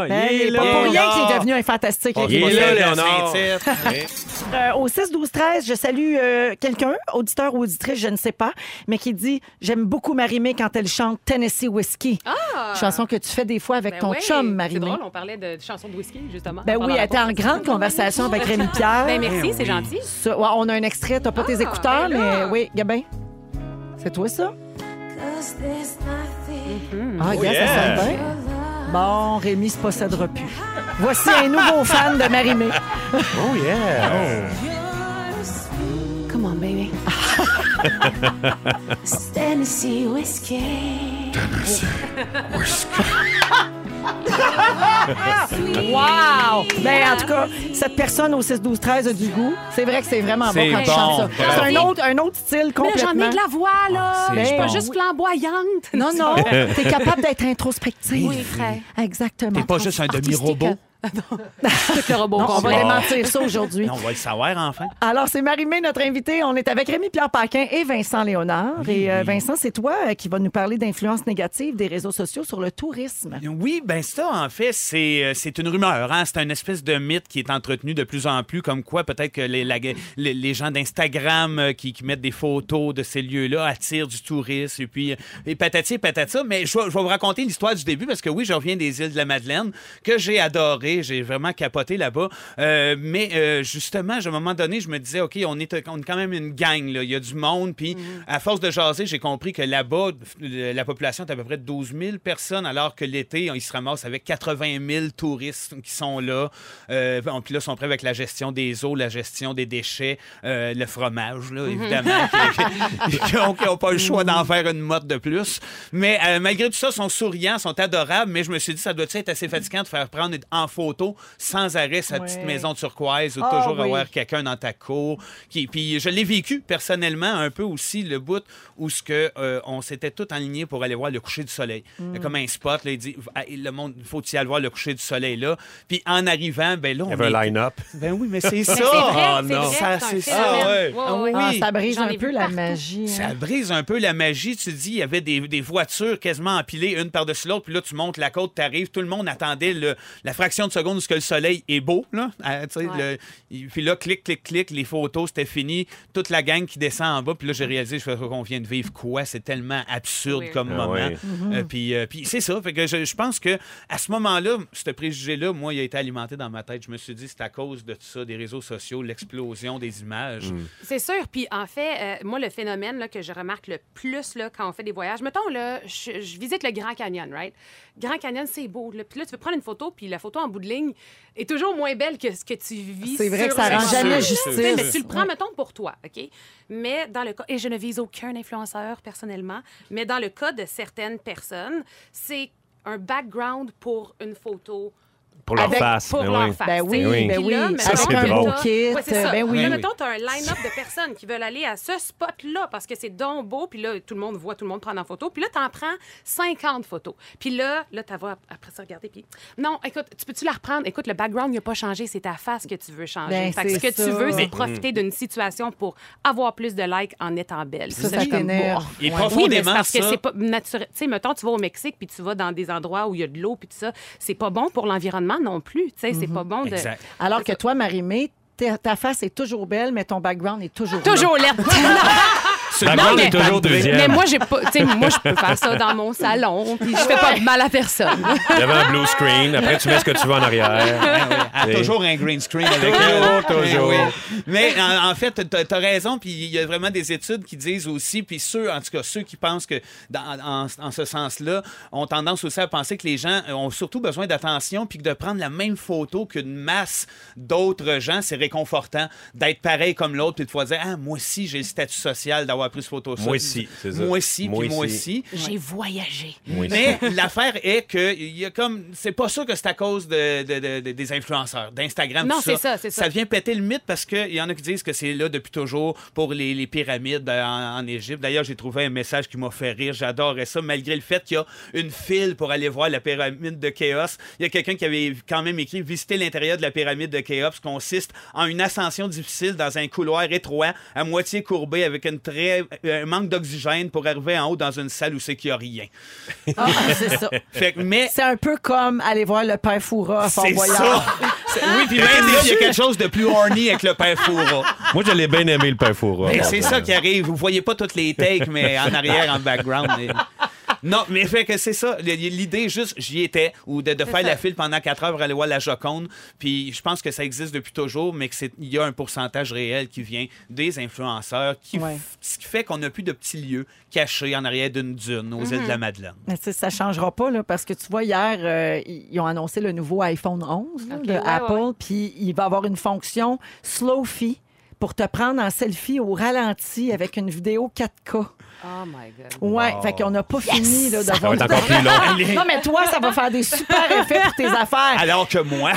S3: rien.
S2: Ben,
S1: Il est
S2: il est pas
S1: là.
S2: pour rien
S3: Léonard.
S2: qu'il est devenu un fantastique.
S1: On
S3: On
S1: Il est
S3: se
S2: écrivain.
S1: là,
S3: possède à
S1: Léonard.
S3: Saint-Tite.
S2: Euh, au 6 12 13 je salue euh, quelqu'un, auditeur ou auditrice, je ne sais pas, mais qui dit J'aime beaucoup Marimé quand elle chante Tennessee Whiskey.
S4: Ah!
S2: Chanson que tu fais des fois avec
S4: Ben
S2: ton
S4: ouais,
S2: chum,
S4: C'est
S2: Marimé.
S4: drôle, on parlait de chansons de whisky, justement.
S2: Ben
S4: pendant
S2: oui,
S4: la
S2: elle était en
S4: pause.
S2: grande conversation avec Rémi Pierre.
S4: Ben
S3: Ah,
S4: merci, c'est gentil.
S2: Ça, ouais, on a un extrait, t'as pas tes
S4: Ah,
S2: écouteurs,
S4: ben là.
S2: mais
S4: Hmm.
S2: oui, Gabin. C'est toi ça?
S5: Cause there's nothing
S2: Ah, gars,
S1: Oh, yeah.
S2: ça sonne bien. Bon, Rémi se possédera plus. Voici un nouveau fan de Marimé.
S1: Oh, yeah.
S4: Come on, baby.
S5: It's Tennessee whiskey.
S2: Wow! Ben, en tout cas, cette personne au 6-12-13 a du goût. C'est vrai que c'est vraiment bon
S3: C'est
S2: quand tu
S3: bon,
S2: chantes ça.
S3: bravo.
S2: C'est un autre, un autre style
S4: Mais là,
S2: complètement.
S4: j'en ai de la voix, là.
S3: Ah, c'est
S4: je
S1: ben,
S4: suis pas
S3: bon.
S4: juste flamboyante. Oh,
S2: Non, non, t'es capable d'être introspective.
S4: Oui, frère.
S2: Exactement.
S3: T'es pas juste un demi-robot.
S4: le robot
S2: Non, on va
S3: Bon.
S2: démentir ça aujourd'hui.
S3: On va le savoir, enfin.
S2: Alors, c'est Marie-Mé, notre invitée. On est avec Rémi-Pierre Paquin et Vincent Léonard. Et euh, Vincent, c'est toi euh, qui va nous parler d'influence négative des réseaux sociaux sur le tourisme.
S3: Oui, ben ça, en fait, c'est euh, c'est une rumeur. Hein? C'est une espèce de mythe qui est entretenu de plus en plus, comme quoi peut-être que les, la- les, les gens d'Instagram euh, qui, qui mettent des photos de ces lieux-là attirent du tourisme et puis euh, et patati et patata. Mais je, vais- je vais vous raconter l'histoire du début parce que oui, je reviens des îles de la Madeleine que j'ai adoré, j'ai vraiment capoté là-bas. Euh, mais euh, justement, à un moment donné, je me disais, ok, on est, on est quand même une gang, là. il y a du monde, puis
S2: Mhm.
S3: à force de jaser, j'ai compris que là-bas, euh, la population est à peu près de 12 000 personnes, alors que l'été, ils se ramassent avec 80 000 touristes qui sont là. Euh, bon, puis là, ils sont prêts avec la gestion des eaux, la gestion des déchets, euh, le fromage, là,
S2: Mhm.
S3: évidemment, qui- qui n'ont pas le choix d'en faire une motte de plus. Mais euh, malgré tout ça, ils sont souriants, sont adorables, mais je me suis dit, ça doit être assez fatigant de faire prendre en photo sans arrêt sa petite
S2: Ouais.
S3: maison turquoise ou
S2: Ah,
S3: toujours
S2: oui.
S3: avoir quelqu'un dans ta cour. Qui, puis je l'ai vécu personnellement un peu aussi le bout où ce que euh, on s'était tout enligné pour aller voir le coucher du soleil.
S4: Mm.
S3: Comme un spot, là, il dit Ah, le monde, faut y aller voir le coucher du soleil là. Puis en arrivant, ben là, on
S1: Il y avait
S3: est-
S1: un line-up.
S3: Ben oui, mais c'est ça.
S4: C'est vrai,
S1: Oh,
S4: c'est
S1: non.
S4: vrai,
S3: Ça,
S4: c'est un
S3: c'est ça,
S4: phénomène.
S3: ouais.
S4: Ouais,
S3: Ah
S4: ouais.
S3: oui.
S2: Ah, ça brise
S4: J'en
S2: un
S4: ai
S2: peu
S4: vu
S2: la
S4: partout.
S2: magie. hein.
S3: Ça brise un peu la magie. Tu dis, il y avait des, des voitures quasiment empilées une par-dessus l'autre. Puis là, tu montes la côte, tu arrives. Tout le monde attendait le- la fraction de seconde où ce que le soleil est beau. Là. Ah, tu sais,
S4: Ouais.
S3: le- il- puis là, clic, clic, clic, les photos, c'était fini. Toute la gang qui descend en bas. Puis là, j'ai réalisé je fais, qu'on vient de vivre quoi. C'est tellement absurde
S4: Weird.
S3: comme
S1: Ah
S3: moment.
S1: ouais.
S4: Mm-hmm.
S3: Euh, puis euh, puis c'est ça. Fait que je, je pense que à ce moment-là, ce préjugé-là, moi, il a été alimenté dans ma tête. Je me suis dit, c'est à cause de tout ça, des réseaux sociaux, l'explosion des images.
S1: Mm.
S4: C'est sûr. Puis en fait, euh, moi, le phénomène là, que je remarque le plus là, quand on fait des voyages, mettons, là, je, je visite le Grand Canyon, right? Grand Canyon, c'est beau. Là. Puis là, tu veux prendre une photo, puis la photo en bout de ligne est toujours moins belle que ce que tu vis.
S2: C'est vrai
S4: sur
S2: que ça
S4: le
S2: rend
S4: moment.
S2: jamais
S3: sûr,
S2: justice.
S3: sûr,
S4: Tu sais, mais tu le prends,
S2: Ouais.
S4: mettons, pour toi, OK? Mais dans le cas... Et je ne vise aucun influenceur, personnellement, mais dans le cas de certaines personnes, c'est un background pour une photo
S1: Pour leur
S2: Avec-
S1: face.
S4: pour
S1: ben
S4: leur
S1: oui.
S4: face.
S2: Ben
S4: tu
S2: oui,
S4: sais.
S1: ben
S4: Puis
S2: oui.
S4: là,
S2: Ça,
S4: mettons,
S1: c'est
S4: t'as-
S1: drôle.
S2: Kit,
S4: Ouais, c'est ça.
S2: ben oui.
S4: Là, mettons, t'as un line-up de personnes qui veulent aller à ce spot-là parce que c'est donc beau. Puis là, tout le monde voit, tout le monde prend en photo. Puis là, t'en prends 50 photos. Puis là, là, ta voix, après ça, regarder. Puis non, écoute, tu peux-tu la reprendre? Écoute, le background, il n'a pas changé. C'est ta face que tu veux changer.
S2: Ben,
S4: Fait que ce
S2: c'est
S4: que
S2: ça.
S4: tu veux,
S2: Mais- Mm.
S4: c'est profiter d'une situation pour avoir plus de likes en étant belle.
S2: Ça,
S4: Puis
S2: ça
S4: je suis comme,
S2: t'énerve.
S4: boah.
S2: Ouais.
S3: Et
S4: Oui, mais c'est
S3: profondément,
S4: parce que
S3: ça-
S4: c'est pas naturel. Tu sais, mettons, tu vas au Mexique puis tu vas dans des endroits où il y a de l'eau puis tout ça. C'est pas bon pour l'environnement l'environnement non plus. Tu sais, c'est pas bon de.
S3: Exact.
S2: Alors que toi, Marie-Mé, ta ta face est toujours belle, mais ton background est toujours
S4: Toujours lettre.
S1: La
S4: Non,
S1: grande
S4: mais-
S1: est toujours deuxième.
S4: Mais moi, j'ai pas, tu sais, moi, je peux faire ça dans mon salon, puis je fais pas de mal à personne.
S1: Devant un blue screen, après tu mets ce que tu veux en arrière.
S3: Ouais, ouais. Ah,
S1: Oui.
S3: toujours un green screen avec
S1: Toujours,
S3: elle.
S1: toujours.
S3: Oui, Eh oui. Mais en, en fait, t'as as raison, puis il y a vraiment des études qui disent aussi, puis ceux, en tout cas, ceux qui pensent que, dans, en, en ce sens-là, ont tendance aussi à penser que les gens ont surtout besoin d'attention, puis que de prendre la même photo qu'une masse d'autres gens, c'est réconfortant d'être pareil comme l'autre, puis de pouvoir dire, ah, moi aussi, j'ai le statut social d'avoir pris cette photo
S1: Moi aussi, c'est ça.
S3: Moi aussi,
S1: Moi
S3: puis moi
S1: aussi.
S3: aussi.
S4: J'ai voyagé.
S1: Oui.
S3: Mais l'affaire est que il y a comme c'est pas sûr que c'est à cause de, de- de- de- des influenceurs, d'Instagram.
S4: Non,
S3: tout
S4: c'est ça, c'est ça.
S3: vient péter le mythe parce qu'il y en a qui disent que c'est là depuis toujours pour les, les pyramides euh, en, en Égypte. D'ailleurs, j'ai trouvé un message qui m'a fait rire. J'adorais ça, malgré le fait qu'il y a une file pour aller voir la pyramide de Khéops. Il y a quelqu'un qui avait quand même écrit visiter l'intérieur de la pyramide de Khéops consiste en une ascension difficile dans un couloir étroit, à moitié courbé, avec une très, euh, un manque d'oxygène pour arriver en haut dans une salle où c'est qu'il n'y a rien.
S2: Ah, c'est ça.
S3: Fait que, mais
S2: C'est un peu comme aller voir le père Foura à Fort
S3: c'est
S2: Boyard.
S3: ça. C'est- Oui, puis même là, il y a quelque chose de plus horny avec le père Foura.
S2: Ben
S1: Moi, je l'ai bien aimé, le pain fourra.
S3: Et c'est ça qui arrive. Vous voyez pas toutes les takes, mais en arrière, en background. mais- Non, mais fait que c'est ça. L- L'idée, juste, j'y étais, ou de, de faire la file pendant quatre heures pour aller voir la Joconde. Puis je pense que ça existe depuis toujours, mais qu'il y a un pourcentage réel qui vient des influenceurs, qui, f-
S2: Ouais.
S3: ce qui fait qu'on n'a plus de petits lieux cachés en arrière d'une dune aux îles de la Madeleine.
S2: Mais tu sais, ça changera pas, là, parce que tu vois, hier, euh, ils ils ont annoncé le nouveau iPhone 11 là,
S4: Ok,
S2: de
S4: ouais, ouais,
S2: Apple,
S4: ouais.
S2: puis il va avoir une fonction Slow-Fi pour te prendre en selfie au ralenti avec une vidéo 4K.
S4: Oh my God.
S2: Ouais, fait qu'on n'a pas fini là, de
S1: Ça va
S2: voir-
S1: être encore plus long.
S2: Non, mais toi, ça va faire des super effets pour tes affaires.
S3: Alors que moi,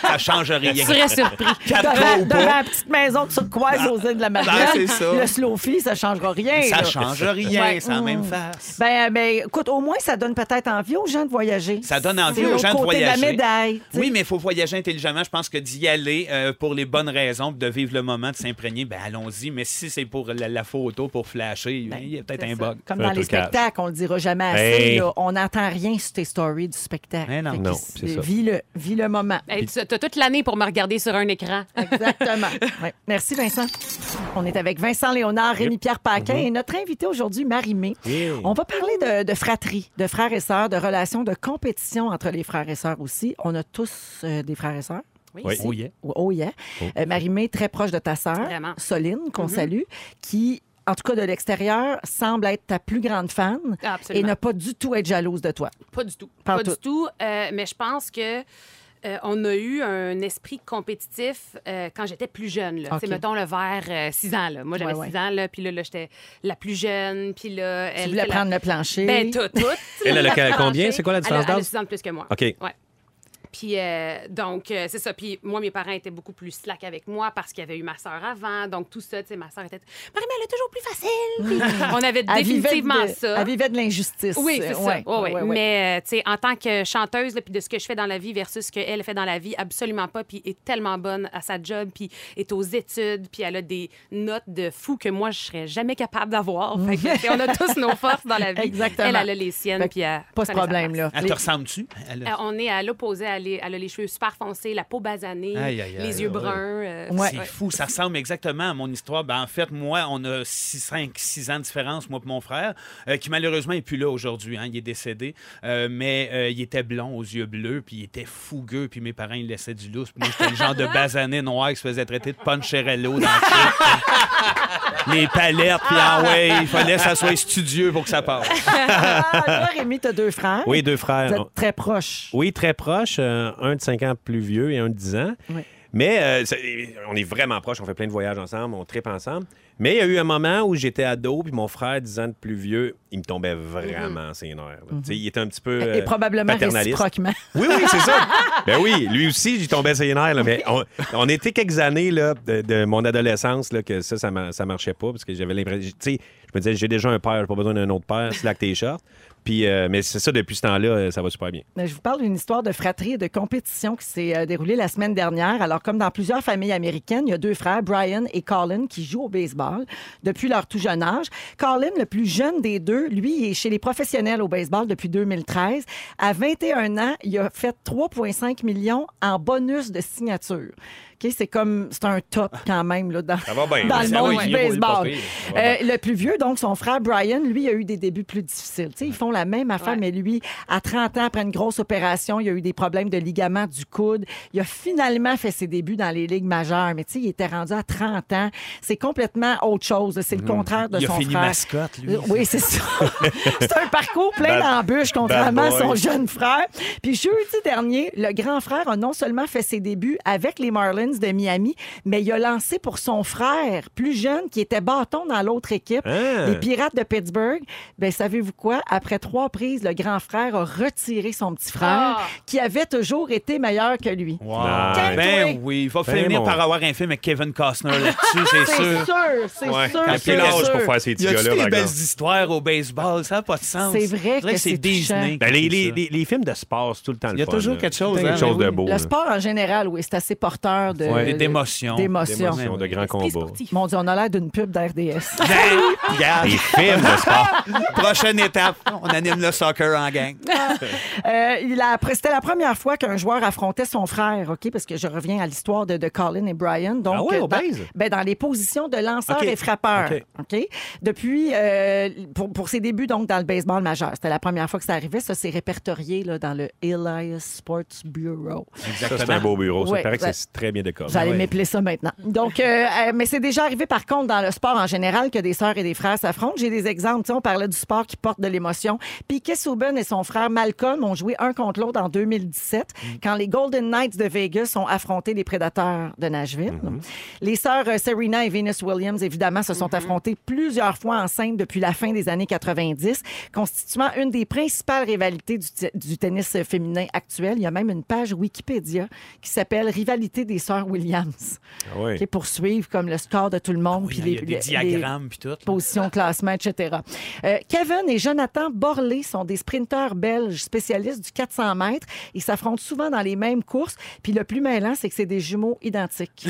S3: ça change rien.
S4: Tu serais surpris.
S3: Quatre
S2: Devant,
S3: ans ou
S2: devant
S3: pas,
S2: la petite maison turquoise aux îles de la
S3: Ah, c'est
S2: Madeleine,
S3: ça.
S2: le slow-fi, ça changera rien.
S3: ça
S2: là.
S3: change rien,
S2: Ouais.
S3: c'est la même
S2: Mm.
S3: face.
S2: Ben, ben, écoute, au moins, ça donne peut-être envie aux gens de voyager.
S3: Ça donne envie
S2: C'est
S3: aux
S2: le
S3: gens de
S2: côté la
S3: voyager.
S2: médaille. tu sais.
S3: Oui, mais il faut voyager intelligemment. Je pense que d'y aller euh, pour les bonnes raisons, de vivre le moment, de s'imprégner, ben allons-y. Mais si c'est pour la, la photo, pour flasher, il y a peut-être
S4: c'est
S3: un
S4: ça.
S3: bug.
S2: Comme
S1: Un
S2: dans les
S1: trucage.
S2: spectacles, on le dira jamais assez.
S1: Hey.
S2: là. on n'entend rien sur tes stories du spectacle.
S3: Mais non.
S2: Fait que
S1: Non,
S2: c'est-
S1: c'est ça.
S2: Vis le, vis le moment.
S4: Hey, tu as toute l'année pour me regarder sur un écran.
S2: Exactement. Ouais. Merci, Vincent. On est avec Vincent Léonard, Rémi-Pierre Paquin et notre invité aujourd'hui, Marie-Mé.
S1: Yeah.
S2: On va parler de, de fratrie, de frères et sœurs, de relations, de compétition entre les frères et sœurs aussi. On a tous euh, des frères et sœurs.
S1: Oui.
S2: ici. Oh Mm-hmm. yeah. Euh, Marie-Mé, très proche de ta sœur,
S4: Vraiment.
S2: Soline, qu'on salue, qui, en tout cas de l'extérieur, semble être ta plus grande fan
S4: Ah,
S2: et
S4: absolument.
S2: ne pas du tout être jalouse de toi.
S4: Pas du tout.
S2: Pas
S4: Pas,
S2: tout.
S4: du tout. euh, mais je pense que. euh, on a eu un esprit compétitif euh, quand j'étais plus jeune. Là.
S2: OK.
S4: Tu sais, Mettons le vers 6 ans. Là. Moi, j'avais 6
S2: Ouais, ouais.
S4: ans, là, puis là, là, j'étais la plus jeune. Puis là,
S2: Tu
S4: elle
S2: voulais
S4: était la-
S2: prendre le plancher.
S4: Ben, tout, tout.
S1: Elle, elle a
S4: La
S1: combien?
S4: tranchée.
S1: C'est quoi la
S4: Elle a-
S1: différence
S4: Elle a
S1: d'âge?
S4: 6 ans de plus que moi.
S1: OK.
S4: Ouais. Puis, euh, donc, euh, c'est ça. Puis, moi, mes parents étaient beaucoup plus slack avec moi parce qu'il y avait eu ma sœur avant. Donc, tout ça, tu sais, ma sœur était. Marie, mais elle est toujours plus facile. Puis, on avait
S2: Elle vivait
S4: définitivement
S2: de,
S4: ça.
S2: Elle vivait de l'injustice.
S4: Oui, c'est ça.
S2: Ouais,
S4: Ouais, ouais.
S2: ouais, ouais.
S4: Mais, euh, tu sais, en tant que chanteuse, là, puis de ce que je fais dans la vie versus ce qu'elle fait dans la vie, absolument pas. Puis est tellement bonne à sa job, puis est aux études, puis elle a des notes de fou que moi, je serais jamais capable d'avoir. Fait que, tu sais, on a tous nos forces dans la vie.
S2: Exactement.
S4: Elle, elle a les siennes,
S2: Fait que
S4: puis euh, elle
S2: Pas ce
S4: connaît sa
S2: problème-là.
S3: Elle
S2: Les-
S3: te ressemble-tu? Elle a-
S4: euh, on est à l'opposé. Elle, est- elle a les cheveux super foncés, la peau basanée,
S3: Aïe, aïe, aïe,
S4: les yeux
S3: ouais.
S4: bruns. euh,
S2: Ouais.
S3: C'est fou, ça ressemble exactement à mon histoire. Ben, en fait, moi, on a 5, 6 ans de différence, moi et mon frère, euh, qui malheureusement n'est plus là aujourd'hui. hein, il est décédé. Euh, mais euh, il était blond, aux yeux bleus, puis il était fougueux, puis mes parents, ils laissaient du lousse. Puis Moi, j'étais le genre de basané noir qui se faisait traiter de Poncherello dans le truc. Les palettes, puis ah ouais, il fallait que ça soit studieux pour que ça passe.
S2: Ah, toi, Rémi, t'as deux frères.
S1: Oui, deux
S2: Vous
S1: frères.
S2: êtes très proches.
S1: Oui, très proches. euh, un de 5 ans plus vieux et un de 10 ans.
S2: Oui.
S1: Mais euh, c'est- on est vraiment proches. On fait plein de voyages ensemble. On tripe ensemble. Mais il y a eu un moment où j'étais ado, puis mon frère, 10 ans de plus vieux, il me tombait vraiment ses nerfs. là. Tu sais, Il était un petit peu
S2: Mhm. Ben, Et
S1: euh,
S2: probablement
S1: paternaliste.
S2: réciproquement.
S1: Oui, oui, c'est ça. ben oui, lui aussi, j'y tombais ses nerfs. là, mais on, on était quelques années là, de, de mon adolescence là, que ça, ça, mar- ça marchait pas parce que j'avais l'impression. Tu sais, je Je me disais, j'ai déjà un père, j'ai pas besoin d'un autre père, slack tes shorts. Puis, euh, mais c'est ça, depuis ce temps-là, euh, ça va super bien.
S2: Mais Je vous parle d'une histoire de fratrie et de compétition qui s'est euh, déroulée la semaine dernière. Alors, comme dans plusieurs familles américaines, il y a deux frères, Brian et Colin, qui jouent au baseball depuis leur tout jeune âge. Colin, le plus jeune des deux, lui, il est chez les professionnels au baseball depuis 2013. À 21 ans, il a fait 3,5 millions en bonus de signature. OK, c'est comme, c'est un top quand même là, dans,
S1: va bien, Ah
S2: dans
S1: là,
S2: Ah, le
S1: ça
S2: monde
S1: va,
S2: du
S1: il est pas- il est pas
S2: baseball.
S1: pire, ça va
S2: Euh, le plus vieux, donc son frère Brian, lui, a eu des débuts plus difficiles. Tu sais, ils font la même affaire,
S4: Ouais.
S2: mais lui, à 30 ans, après une grosse opération, il a eu des problèmes de ligaments du coude. Il a finalement fait ses débuts dans les ligues majeures, mais tu sais, il était rendu à 30 ans. C'est complètement autre chose. C'est le contraire de
S3: Hmm. Il a
S2: son
S3: fini
S2: frère.
S3: mascotte, lui.
S2: Euh, Oui, c'est ça. c'est un parcours plein
S1: Bad-
S2: d'embûches, contrairement à
S1: bad
S2: son
S1: boy.
S2: jeune frère. Puis jeudi dernier, le grand frère a non seulement fait ses débuts avec les Marlins de Miami, mais il a lancé pour son frère plus jeune qui était bâton dans l'autre équipe,
S3: Hein?
S1: Ah.
S2: les Pirates de Pittsburgh. Ben savez-vous quoi Après trois prises, le grand frère a retiré son petit frère
S4: Ah.
S2: qui avait toujours été meilleur que lui. Calme-toi.
S3: Ben oui, il va
S1: Ben,
S3: finir
S1: mon-
S3: par avoir un film avec Kevin Costner là-dessus, c'est
S2: C'est
S3: sûr.
S2: sûr, c'est
S1: Ouais.
S2: sûr,
S1: Il y a
S2: c'est
S1: plus l'âge
S2: sûr.
S1: pour faire ces petits
S3: Il y a-tu
S1: gars-là,
S3: des
S1: par
S3: belles
S1: exemple.
S3: histoires au baseball? Ça n'a pas de sens.
S2: C'est vrai
S3: On dirait
S2: que c'est touchant.
S3: Disney.
S1: Ben, les,
S3: qui fait
S1: les,
S3: ça.
S1: les- les films de sport, c'est tout le temps le
S3: Il y a
S1: fun,
S3: toujours
S1: là.
S3: quelque chose,
S1: Quelque
S3: hein,
S1: chose
S3: mais
S1: de
S3: oui.
S1: beau.
S2: Le
S1: là.
S2: sport en général, oui, c'est assez porteur de
S1: Ouais.
S3: Des- d'émotions.
S2: d'émotions.
S1: D'émotion, de grands
S4: Esprit
S1: combats.
S4: sportif.
S2: Mon Dieu, on a l'air d'une pub d'RDS.
S3: Ben, regarde,
S1: Les films de sport.
S3: prochaine étape, on anime le soccer en gang.
S2: Euh, il a- C'était la première fois qu'un joueur affrontait son frère, OK? Parce que je reviens à l'histoire de, de Colin et Brian. Donc,
S1: Ah ouais,
S2: euh,
S1: on
S2: dans,
S1: baise?
S2: ben, dans les positions de lanceur
S1: OK.
S2: et frappeur.
S1: OK.
S2: OK? Depuis, euh, pour, pour ses débuts, donc, dans le baseball majeur, c'était la première fois que ça arrivait. Ça, c'est répertorié là, dans le Elias Sports Bureau.
S1: Ça, c'est un beau bureau.
S2: Ouais,
S1: ça paraît que
S2: ouais.
S1: c'est très bien décoré.
S2: J'allais m'épeler ça maintenant. Donc, euh, euh, mais c'est déjà arrivé, par contre, dans le sport en général, que des sœurs et des frères s'affrontent. J'ai des exemples. Tu sais, on parlait du sport qui porte de l'émotion. Piquet Souben et son frère Malcolm ont joué un contre l'autre en 2017, quand les Golden Knights de Vegas ont affronté les Prédateurs de Nashville. Les sœurs euh, Serena et Venus Williams, évidemment, se sont affrontées plusieurs fois en scène depuis la fin des années 90, constituant une des principales rivalités du, t- du tennis féminin actuel. Il y a même une page Wikipédia qui s'appelle Rivalité des sœurs Williams,
S1: Ah ouais.
S2: qui poursuivent comme le score de tout le monde. puis
S3: Il y a des
S2: les-
S3: diagrammes, puis tout. là.
S2: position, classement, etc. Euh, Kevin et Jonathan Borlé sont des sprinteurs belges spécialistes du 400 mètres. Ils s'affrontent souvent dans les mêmes courses. Puis le plus mêlant, c'est que c'est des jumeaux identiques.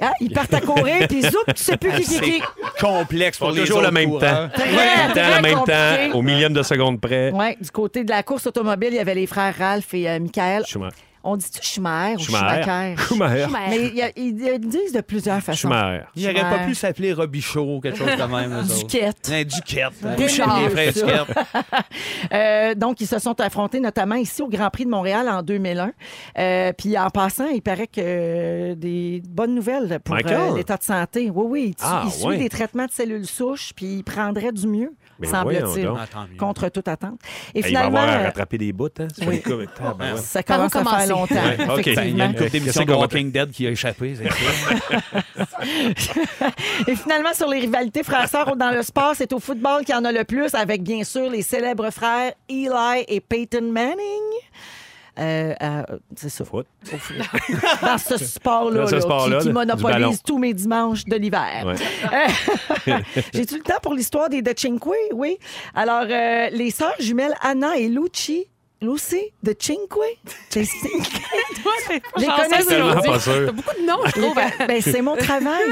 S2: Hein, Ils partent à courir, puis zoup, tu sais plus qui qui qui.
S3: complexe pour
S1: Ils font
S3: les
S1: toujours le
S3: autres
S1: même
S3: coureurs.
S1: temps.
S2: Très,
S1: Tout le temps,
S2: très
S1: le même
S2: compliqué.
S1: temps, au millième de seconde près.
S2: Ouais, du côté de la course automobile, il y avait les frères Ralph et euh, Michael.
S1: Schumacher.
S2: On dit-tu Schumacher ou
S1: Schumacher.
S2: Schumacher?
S1: Schumacher.
S2: Mais il y a- ils ils le disent de plusieurs façons.
S1: Schumacher.
S3: Il n'aurait pas
S2: Schumacher.
S3: pu s'appeler Robichaud ou quelque chose de même. eux autres.
S2: Duquette.
S3: Un Duquette.
S2: Bouchard,
S3: Les frères
S2: ça.
S3: Duquette.
S2: Euh, donc, ils se sont affrontés notamment ici au Grand Prix de Montréal en 2001. Euh, puis en passant, il paraît que euh, des bonnes nouvelles pour
S1: Michael?
S2: euh, l'état de santé. Oui, oui, il, su-
S1: Ah,
S2: il suit
S1: ouais.
S2: des traitements de cellules souches, puis il prendrait du mieux,
S1: Mais
S2: semble-t-il,
S1: voyons donc.
S3: Ah, tant mieux.
S2: contre toute attente.
S1: Hey,
S2: Et
S1: il va
S2: finalement,
S1: avoir à
S2: euh,
S1: rattraper des bouts. Hein, sur
S2: oui.
S1: les coups avec- Tabarouette.
S2: ça
S6: Par
S2: commence
S6: où
S2: à faire
S6: commencer?
S2: longtemps.
S1: Ouais, OK.
S3: Ben, Il y
S2: effectivement.
S3: a une couple
S1: Euh,
S3: d'émissions
S1: qu'est-ce
S3: de
S1: qu'on va-
S3: Walking Dead qui a échappé. c'est sûr.
S2: Et finalement, sur les rivalités frères-sœurs dans le sport, c'est au football qu'il y en a le plus, avec bien sûr les célèbres frères Eli et Peyton Manning. Euh, euh, c'est ça.
S1: Foot.
S2: Dans ce sport-là,
S1: Dans ce
S2: là,
S1: sport-là,
S2: qui, qui
S1: là, du ballon.
S2: monopolise tous mes dimanches de l'hiver. Euh,
S1: Ouais.
S2: J'ai-tu le temps pour l'histoire des De Cinque? Oui. Alors, euh, les sœurs jumelles Anna et Lucy. Lucy de Cinque? De Cinque? Les connais
S1: Tellement pas
S4: T'as
S1: sûr.
S4: beaucoup de noms, je
S2: Les
S4: trouve. hein.
S2: gars, ben, c'est mon travail.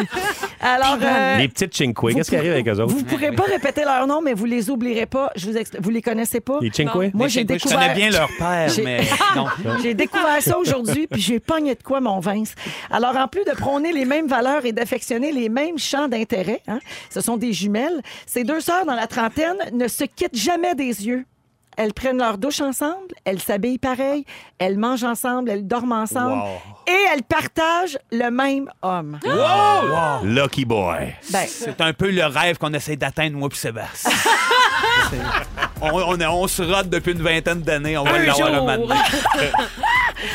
S2: Alors, euh,
S1: Les petites chinqués, qu'est-ce qui arrive avec eux autres?
S2: Vous ne pourrez pas répéter leur nom, mais vous les oublierez pas. Je vous expl- vous les connaissez pas.
S1: Les chinqués?
S2: Moi,
S3: Mais
S2: j'ai
S3: je
S2: découvert.
S3: connais bien leur père,
S2: J'ai-
S3: mais non.
S2: J'ai découvert ça aujourd'hui, puis j'ai pogné de quoi, mon Vince. Alors, en plus de prôner les mêmes valeurs et d'affectionner les mêmes champs d'intérêt, hein, ce sont des jumelles. Ces deux sœurs dans la trentaine ne se quittent jamais des yeux. Elles prennent leur douche ensemble, elles s'habillent pareil, elles mangent ensemble, elles dorment ensemble
S3: Wow.
S2: et elles partagent le même homme.
S1: Lucky boy.
S2: Ben,
S3: C'est un peu le rêve qu'on essaie d'atteindre, moi puis Sébastien. C'est- on, on, on se rate depuis une vingtaine d'années. On va l'avoir un moment donné.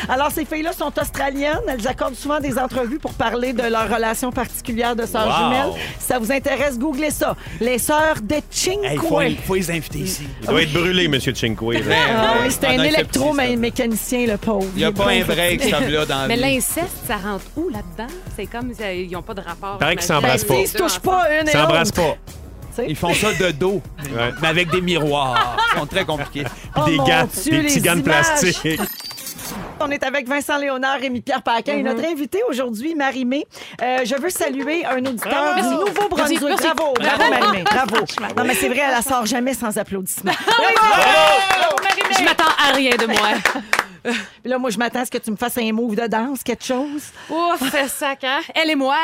S2: Alors, ces filles-là sont australiennes. Elles accordent souvent des entrevues pour parler de leur relation particulière de sœurs
S3: Wow.
S2: jumelles. Si ça vous intéresse, googlez ça. Les sœurs de Cinque.
S3: Hey, faut, faut les inviter ici.
S1: Il doit être brûlé, monsieur Chinqué.
S2: Ah oui, c'est
S3: Pendant
S2: un
S3: que c'est petit,
S2: électromécanicien, le pauvre.
S3: Il n'y a pas un break, cet homme-là, dans
S4: Mais
S3: la vie.
S4: l'inceste, ça rentre où là-dedans? C'est comme ça, ils n'ont pas de rapport.
S1: Paraît qu'ils
S4: j'imagine.
S1: s'embrassent pas.
S2: Ils se touchent pas une et
S1: S'embrasse
S2: l'autre.
S1: pas.
S2: tu sais.
S3: Ils font ça de dos,
S1: Ouais.
S3: mais avec des miroirs. Ils sont très compliqués.
S2: Oh
S1: des
S2: mon
S1: gants,
S2: Dieu,
S1: des
S2: les
S1: petits gants de
S2: images.
S1: plastique.
S2: On est avec Vincent Léonard, Rémi-Pierre Paquin
S4: Mm-hmm.
S2: et notre invité aujourd'hui, Marie-Mé. Euh, je veux saluer un
S4: Ah,
S2: auditeur du Nouveau-Brunswick.
S4: Merci, merci.
S2: Bravo, bravo, Marie-Mé, bravo. Non, mais c'est vrai, elle la sort jamais sans applaudissements.
S4: Ah, Je m'attends à rien de moi.
S2: Puis Là, moi, je m'attends à ce que tu me fasses un move de danse, quelque chose.
S4: Ouf, c'est sac, hein? Elle et moi,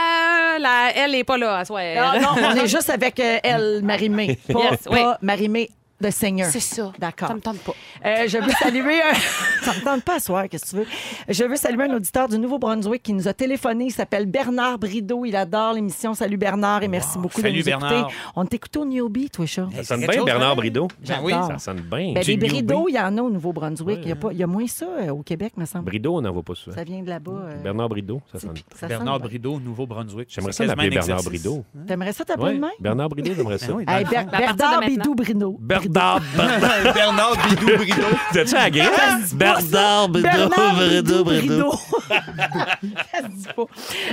S4: la- elle est pas là, à soi. elle.
S2: Non, non, on est juste avec euh, elle, Marie-Mé. Pas,
S4: Ah, Yes, oui.
S2: pas Marie-Mé de Seigneur.
S4: C'est ça.
S2: D'accord.
S4: Ça me tente pas.
S2: Euh, je veux saluer un... Ça me tente pas à soir, qu'est-ce que tu veux? Je veux saluer un auditeur du Nouveau-Brunswick qui nous a téléphoné. Il s'appelle Bernard Brideau. Il adore l'émission. Salut Bernard et merci beaucoup
S3: Salut,
S2: de nous
S3: Bernard.
S2: écouter. On t'écoute au Newbie, toi, Charles.
S1: Ça sonne
S3: quelque
S1: bien,
S3: chose,
S1: Bernard
S3: hein?
S1: Brideau.
S3: Ben oui.
S2: J'adore.
S1: Ça sonne bien.
S2: Ben, des
S3: du
S2: Brideaux,
S3: Newbie.
S2: il y en a au Nouveau-Brunswick. Il y a pas- il y, a moins ça euh, au Québec, me semble.
S1: Brideau, on n'en voit pas souvent.
S2: Ça vient de là-bas. euh,
S1: Bernard Brideau, ça sonne.
S2: ça sonne
S3: Bernard
S2: bien.
S3: Brideau, Nouveau-Brunswick.
S1: J'aimerais
S3: C'est
S1: ça
S3: quasiment
S1: l'appeler
S3: un
S1: Bernard
S3: exercice.
S1: Brideau.
S2: T'aimerais ça t'appeler
S1: Ouais.
S2: de même?
S1: Bernard Brideau, j'aimerais ça.
S3: Ben oui, dans
S2: Hey,
S3: le fond.
S2: Ber-
S4: partir de
S2: Bernard
S4: maintenant.
S2: Bidou Brideau.
S1: Bernard
S3: Bernard Bidou Brideau.
S1: T'as-tu la
S2: Ah,
S1: graisse? Bernard
S2: Bernard Brideau, Brideau. Ça se dit pas.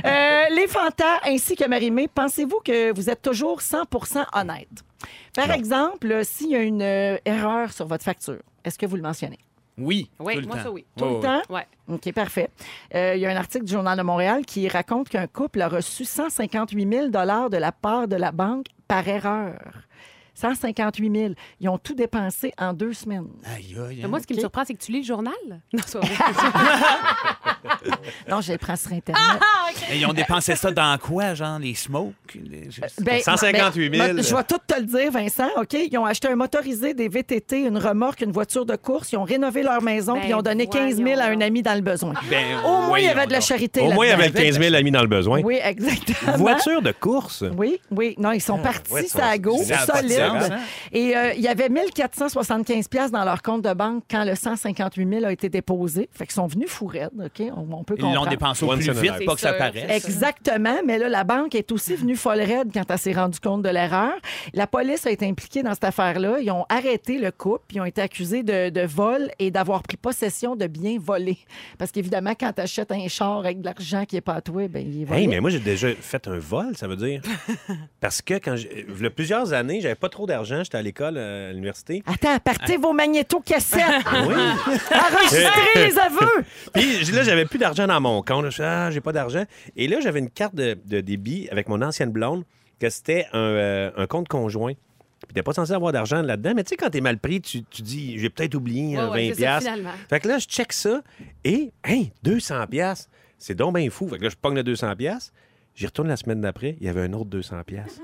S2: Euh, les fantas ainsi que Marie-Mé, pensez-vous que vous êtes toujours 100 honnête? Par exemple, euh, s'il y a une euh, erreur sur votre facture, est-ce que vous le mentionnez?
S3: Oui.
S4: Oui,
S3: tout le
S4: moi,
S3: temps. Oh,
S4: ça, oui.
S2: Tout
S3: Ouais,
S2: le
S3: ouais.
S2: temps?
S4: Ouais.
S2: OK, parfait. Euh, Il y a un article du Journal de Montréal qui raconte qu'un couple a reçu 158 000 de la part de la banque par erreur. 158 000. Ils ont tout dépensé en deux semaines.
S3: Aïe, aïe.
S4: Mais
S3: hein.
S4: moi, ce qui me surprend, c'est que tu lis le journal. Non, c'est pas vrai.
S2: Non, je les prends sur Internet.
S3: Et ils ont dépensé ça dans quoi, genre, les smokes? les- je-
S2: Ben,
S1: 158 000.
S2: ben, je vais tout te le dire, Vincent. OK? Ils ont acheté un motorisé, des VTT, une remorque, une voiture de course. Ils ont rénové leur maison
S4: Ben,
S2: puis ils ont donné 15 000 à un
S4: voyons
S2: ami dans le besoin.
S3: Ben,
S2: Au moins, il y
S3: voyons
S2: avait de la
S3: donc.
S2: charité.
S1: Au moins, il y avait
S2: là-dedans.
S1: le 15 000 amis dans le besoin.
S2: Oui, exactement.
S1: Voiture de course.
S2: Oui, oui. Non, ils sont partis,
S1: ouais,
S2: ça à go,
S3: ça a pas de sens,
S2: solide.
S3: hein?
S2: Et euh, il y avait 1475 pièces dans leur compte de banque quand le 158 000 a été déposé. Fait qu'ils sont venus fourrés, OK? On, on peut
S3: Ils l'ont
S2: comprendre.
S3: dépensé au
S1: One
S3: plus
S1: Seven Alive.
S3: vite, pas que ça
S4: C'est sûr,
S3: paraisse.
S4: c'est sûr.
S2: Exactement, mais là, la banque est aussi venue folle raide quand elle s'est rendue compte de l'erreur. La police a été impliquée dans cette affaire-là. Ils ont arrêté le couple, ils ont été accusés de, de vol et d'avoir pris possession de biens volés. Parce qu'évidemment, quand tu achètes un char avec de l'argent qui est pas à toi, ben, il est volé.
S1: Hey, mais moi, j'ai déjà fait un vol, ça veut dire. Parce que quand j'ai. Il y a plusieurs années, j'avais pas trop d'argent, j'étais à l'école, euh, à l'université.
S2: Attends, partez vos magnéto-cassettes!
S1: Oui.
S2: Enregistrez les aveux!
S1: Puis j- là, j'avais plus d'argent dans mon compte. Je suis, ah, j'ai pas d'argent. Et là, j'avais une carte de, de débit avec mon ancienne blonde que c'était un, euh, un compte conjoint. Puis t'es pas censé avoir d'argent là-dedans. Mais tu sais, quand t'es mal pris, tu, tu dis, j'ai peut-être oublié hein, 20
S4: Ouais, ouais, c'est ça,
S1: piastres.
S4: finalement.
S1: Fait que là, je check ça et, hey, 200 piastres. C'est donc bien fou. Fait que là, je pogne le 200 piastres. J'y retourne la semaine d'après. Il y avait un autre 200 piastres.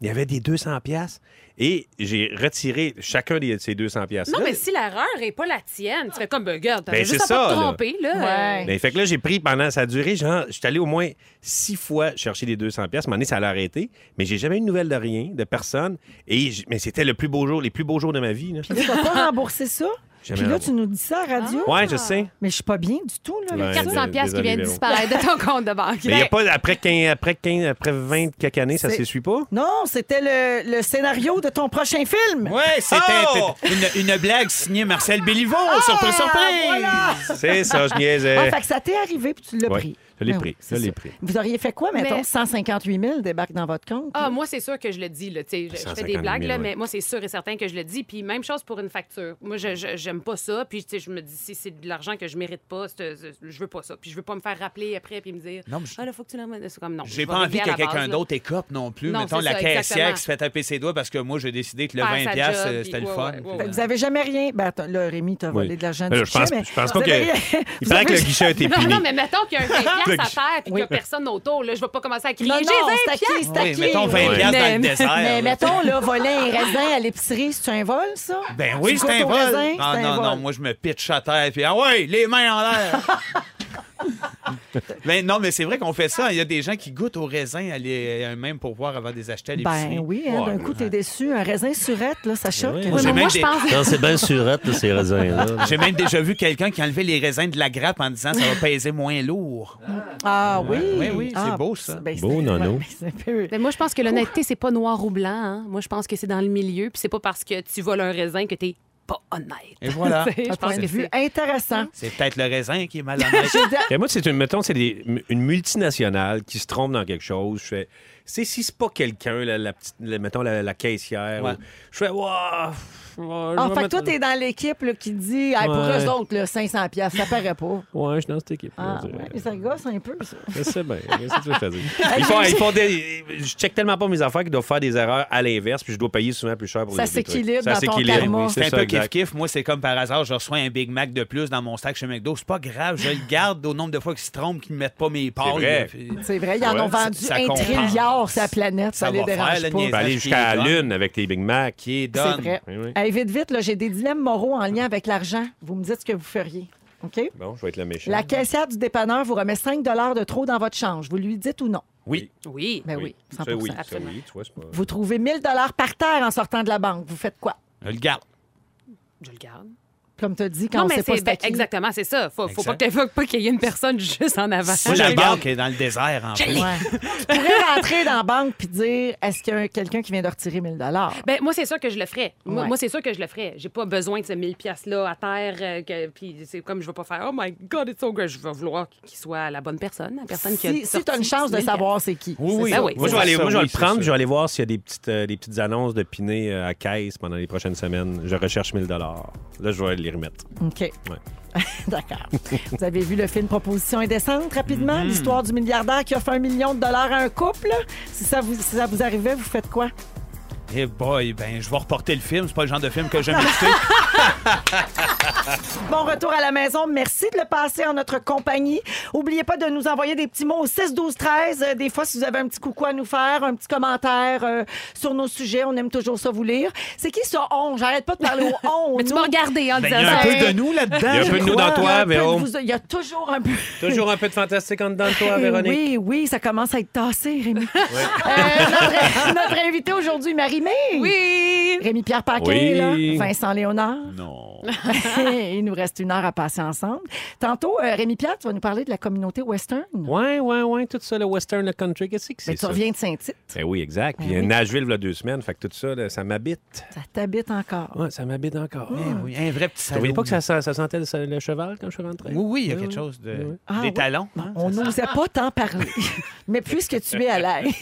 S1: Il y avait des 200 piastres. Et j'ai retiré chacun de ces 200 piastres
S4: Non, mais si l'erreur n'est pas la tienne, tu fais comme, ben, regarde, t'as
S1: Ben,
S4: juste
S1: c'est
S4: à pas te
S1: ça, là.
S4: tromper, là.
S2: Ouais.
S1: Ben, fait que là, j'ai pris pendant sa durée, genre, je suis allé au moins six fois chercher les 200 pièces. Mon ça l'a arrêté, mais j'ai jamais eu de nouvelles de rien, de personne. Et j- mais c'était le plus beau jour, les plus beaux jours de ma vie. là.
S2: Tu vas pas rembourser ça? Puis
S1: Jamais
S2: là,
S1: remboursé.
S2: tu nous dis ça à la radio?
S1: Ouais, je sais.
S2: Mais je suis pas bien du tout, là.
S1: Ouais,
S2: avec ça.
S4: 400
S1: dé-
S4: piastres qui
S1: désolé,
S4: viennent de
S1: Véro.
S4: disparaître de ton compte de banque.
S1: Mais il y a pas après 15, après 15, après 20 quelques années, ça
S2: C'est-
S1: s'essuie pas.
S2: Non, c'était le, le scénario de ton prochain film!
S3: Ouais, c'était
S1: Oh!
S3: une, une blague signée Marcel Béliveau, surprise, surprise!
S1: C'est ça, je
S2: Ah,
S1: niaisais.
S2: fait que ça t'est arrivé puis tu l'as
S1: Eh. Ouais,
S2: pris.
S1: je l'ai
S2: Ben
S1: pris,
S2: oui, c'est
S1: je l'ai
S2: ça.
S1: pris.
S2: Vous auriez fait quoi, mettons?
S4: Mais-
S2: 158 000 débarque dans votre compte.
S4: Ah, moi, c'est sûr que je le dis. Là, tu sais, je, je fais
S1: 150
S4: des
S1: 000,
S4: blagues, là,
S1: ouais.
S4: mais moi, c'est sûr et certain que je le dis. Puis même chose pour une facture. Moi, je- je j'aime pas ça. Puis tu sais, je me dis, si c'est de l'argent que je mérite pas, c'est- c'est- je veux pas ça. Puis je veux pas me faire rappeler après puis me dire,
S3: Non, mais je-
S4: ah là, faut que tu le remettes. C'est comme non.
S3: J'ai
S4: je
S3: pas
S4: vais
S3: envie
S4: régler à
S3: que
S4: la base,
S3: quelqu'un
S4: là.
S3: d'autre écope non plus.
S4: Non,
S3: Mettons
S4: c'est
S3: la
S4: ça,
S3: caissière
S4: exactement.
S3: qui se fait taper ses doigts parce que moi, j'ai décidé que le
S4: Faire
S3: 20
S4: sa
S3: piastres,
S4: job,
S3: euh, c'était
S4: puis
S3: le
S4: ouais,
S3: fun.
S4: ouais,
S3: Puis
S4: ouais.
S2: Vous avez jamais rien. Ben, attends, là, Rémi, t'as volé
S1: Oui.
S2: de l'argent
S1: Ben
S2: du
S1: là, je pense,
S2: chien, mais-
S1: je pense pas
S2: Vous
S1: que.
S2: avez rien.
S1: Il paraît que le guichet a été
S4: Non,
S1: puni.
S4: non, mais mettons qu'il y a un 20 piastres à faire puis qu'il y
S2: Oui.
S4: a personne autour. Là, je vais pas commencer à crier,
S2: Non,
S4: j'ai 20
S2: non, c'est à qui,
S4: piastres.
S2: c'est à
S3: Oui,
S2: qui?
S3: mettons 20
S1: Ouais.
S3: piastres dans le
S4: Mais-
S3: dessert.
S2: Mais
S3: là.
S2: mettons, là, voler un raisin à l'épicerie, c'est un vol, ça?
S3: Ben oui,
S2: Tu
S3: c'est un
S2: coupes au raisin,
S3: vol.
S2: c'est
S3: Ah
S2: un
S3: non,
S2: vol.
S3: non, moi, je me pitche à terre. Puis, ah ouais, les mains en l'air. Ben non, mais c'est vrai qu'on fait ça. Il y a des gens qui goûtent au raisin à les- à eux-mêmes pour voir avant de les acheter à l'épicerie.
S2: Ben oui, hein, d'un coup, t'es déçu. Un raisin surette, là, ça choque.
S1: Oui.
S4: Ouais,
S3: J'ai
S4: mais
S3: même
S4: moi, je
S3: des-
S4: pense.
S1: Non, c'est bien surette, ces raisins-là.
S3: J'ai même déjà vu quelqu'un qui enlevait les raisins de la grappe en disant ça va peser moins lourd.
S2: Ah oui.
S3: Oui, oui, c'est
S2: Ah,
S3: beau, ça.
S2: ben,
S1: Beau,
S2: c'est-
S1: nono.
S2: ouais, ben, c'est un peu-
S4: Mais moi, je pense que l'honnêteté, c'est pas noir ou blanc. hein. Moi, je pense que c'est dans le milieu. Puis c'est pas parce que tu voles un raisin que t'es pas honnête.
S3: Et voilà.
S4: Tu sais,
S2: Un
S4: je pense
S2: point de
S4: que
S2: vue
S4: c'est.
S2: intéressant.
S3: C'est peut-être le raisin qui est malhonnête.
S1: Et Ben, moi, c'est une, mettons, c'est des- une multinationale qui se trompe dans quelque chose. Je fais, c'est si c'est pas quelqu'un, la, la petite, la- mettons, la, la caissière.
S3: Ouais.
S1: ou- je fais, waouh. je
S2: En
S1: vais
S2: Ah, fait,
S1: mettre-
S2: toi, t'es dans l'équipe là, qui dit, Hey, pour
S1: Ouais.
S2: eux autres, là, 500 piastres, ça paraît pas.
S1: Ouais, je suis dans cette équipe.
S2: Ah, ouais, ça gosse un peu, ça.
S1: Je sais bien. Qu'est-ce que tu veux que je te dise? Ils font, ils font des- Je check tellement pas mes affaires qu'ils doivent faire des erreurs à l'inverse, puis je dois payer souvent plus cher pour
S2: Ça
S1: les- des trucs.
S2: s'équilibre
S1: Ça
S2: dans ton
S1: s'équilibre,
S2: karma.
S1: oui,
S3: C'est un
S1: c'est ça,
S3: peu
S1: exact.
S3: kiff-kiff. Moi, c'est comme par hasard, je reçois un Big Mac de plus dans mon sac chez McDo. C'est pas grave, je le garde au nombre de fois qu'ils se trompent, qu'ils ne mettent pas mes parts.
S1: vrai.
S3: là, puis-
S2: C'est vrai, ils en
S1: Ouais,
S2: ont vendu
S3: ça
S2: un
S3: compte.
S2: trilliard sur la planète, ça,
S3: Ça
S2: les
S3: va faire,
S2: dérange
S3: la
S2: pas.
S1: Tu
S3: niaise.
S1: peux aller jusqu'à la lune avec tes Big Mac.
S3: Qui est
S2: C'est
S3: done.
S2: vrai.
S1: Oui, oui.
S2: Hey, vite, vite, là, j'ai des dilemmes moraux en lien avec l'argent. Vous me dites ce que vous feriez. OK?
S1: Bon, je vais être le méchant.
S2: La caissière du dépanneur vous remet 5 de trop dans votre change. Vous lui dites ou non?
S1: Oui.
S4: Oui.
S2: Ben oui, 100
S1: Ça, oui. Ça,
S4: absolument.
S1: oui. Tu vois, c'est pas...
S2: Vous trouvez 1000 dollars par terre en sortant de la banque. Vous faites quoi?
S3: Je le garde.
S4: Je le garde.
S2: Comme tu dis, quand on sait pas
S4: c'est
S2: c'est à
S4: ben,
S2: qui.
S4: exactement, c'est ça. Faut, faut pas
S3: Exact.
S4: que t'évoques pas qu'il y ait une personne juste en avant.
S3: Moi,
S4: Je
S3: la
S4: le
S3: banque est dans le désert, en plus.
S2: Ouais. tu pourrais rentrer dans la banque puis dire est-ce qu'il y a un- quelqu'un qui vient de retirer 1000 dollars
S4: Ben, moi, c'est sûr que je le ferais. Moi,
S2: Ouais.
S4: moi, c'est sûr que je le ferais. J'ai pas besoin de ces 1000 pièces-là à terre. euh, que- Puis c'est comme je vais pas faire Oh my God, it's so good. Je vais vouloir qu'il soit la bonne personne, la personne qui a.
S2: Si, si
S4: sorti
S2: tu as une chance de
S4: 1000
S2: savoir c'est qui.
S3: Oui,
S2: C'est
S3: oui.
S2: ça.
S4: Ben oui.
S1: Moi, je vais
S3: C'est
S1: aller,
S3: ça,
S1: moi, je vais
S3: oui,
S1: le
S3: c'est
S1: prendre,
S3: ça.
S1: puis je vais aller voir s'il y a des petites, euh, des petites annonces de piné euh, à caisse pendant les prochaines semaines. Je recherche 1000 Là, je vais les remettre.
S2: OK. D'accord. Vous avez vu le film Proposition indécente rapidement, l'histoire du milliardaire qui offre un million de dollars à un couple. Si ça vous, si ça vous arrivait, vous faites quoi?
S3: Eh boy, ben, je vais reporter le film. C'est pas le genre de film que j'aime écouter.
S2: Bon retour à la maison. Merci de le passer en notre compagnie. Oubliez pas de nous envoyer des petits mots au 6 12 13. Euh, Des fois, si vous avez un petit coucou à nous faire, un petit commentaire euh, sur nos sujets, on aime toujours ça vous lire. C'est qui ça on J'arrête pas de parler au on.
S4: Mais tu
S2: nous.
S4: m'as regardé en
S3: Ben,
S4: disant
S3: il y a un
S4: ça.
S3: peu de nous là-dedans.
S1: Il y a un peu de nous dans
S2: Il y a
S1: toi,
S2: un peu de
S1: Véro.
S2: vous- Il y a toujours un peu. Eh
S1: Toujours un peu de fantastique en dedans de
S4: Ah,
S1: toi, Véronique.
S2: Oui, oui, ça commence à être tassé, Rémi. Euh, notre, notre invité aujourd'hui, Marie-Mé.
S4: Oui.
S2: Rémi-Pierre Paquet,
S1: Oui.
S2: là, Vincent Léonard.
S3: Non.
S2: Il nous reste une heure à passer ensemble. Tantôt, euh, Rémi-Pierre, tu vas nous parler de la communauté western.
S1: Ouais, ouais, ouais, tout ça, le western, le country, qu'est-ce que c'est
S2: Mais tu
S1: ça?
S2: reviens de Saint-Tite.
S1: Ben oui, exact. Puis
S2: Ben oui.
S1: Nashville, il y a deux semaines, fait que tout ça, là, ça m'habite.
S2: Ça t'habite encore.
S1: Ouais, ça m'habite encore.
S3: Eh oui, un vrai petit
S1: Vous
S3: salaud.
S1: voyez pas que ça, sent- ça sentait le, le cheval quand je suis rentré?
S3: Oui, oui, il y a quelque chose de...
S2: Ah,
S3: Des
S2: oui.
S3: talons. hein,
S2: On
S3: ça sent.
S2: n'osait pas t'en parler. Mais puisque tu es à l'aise,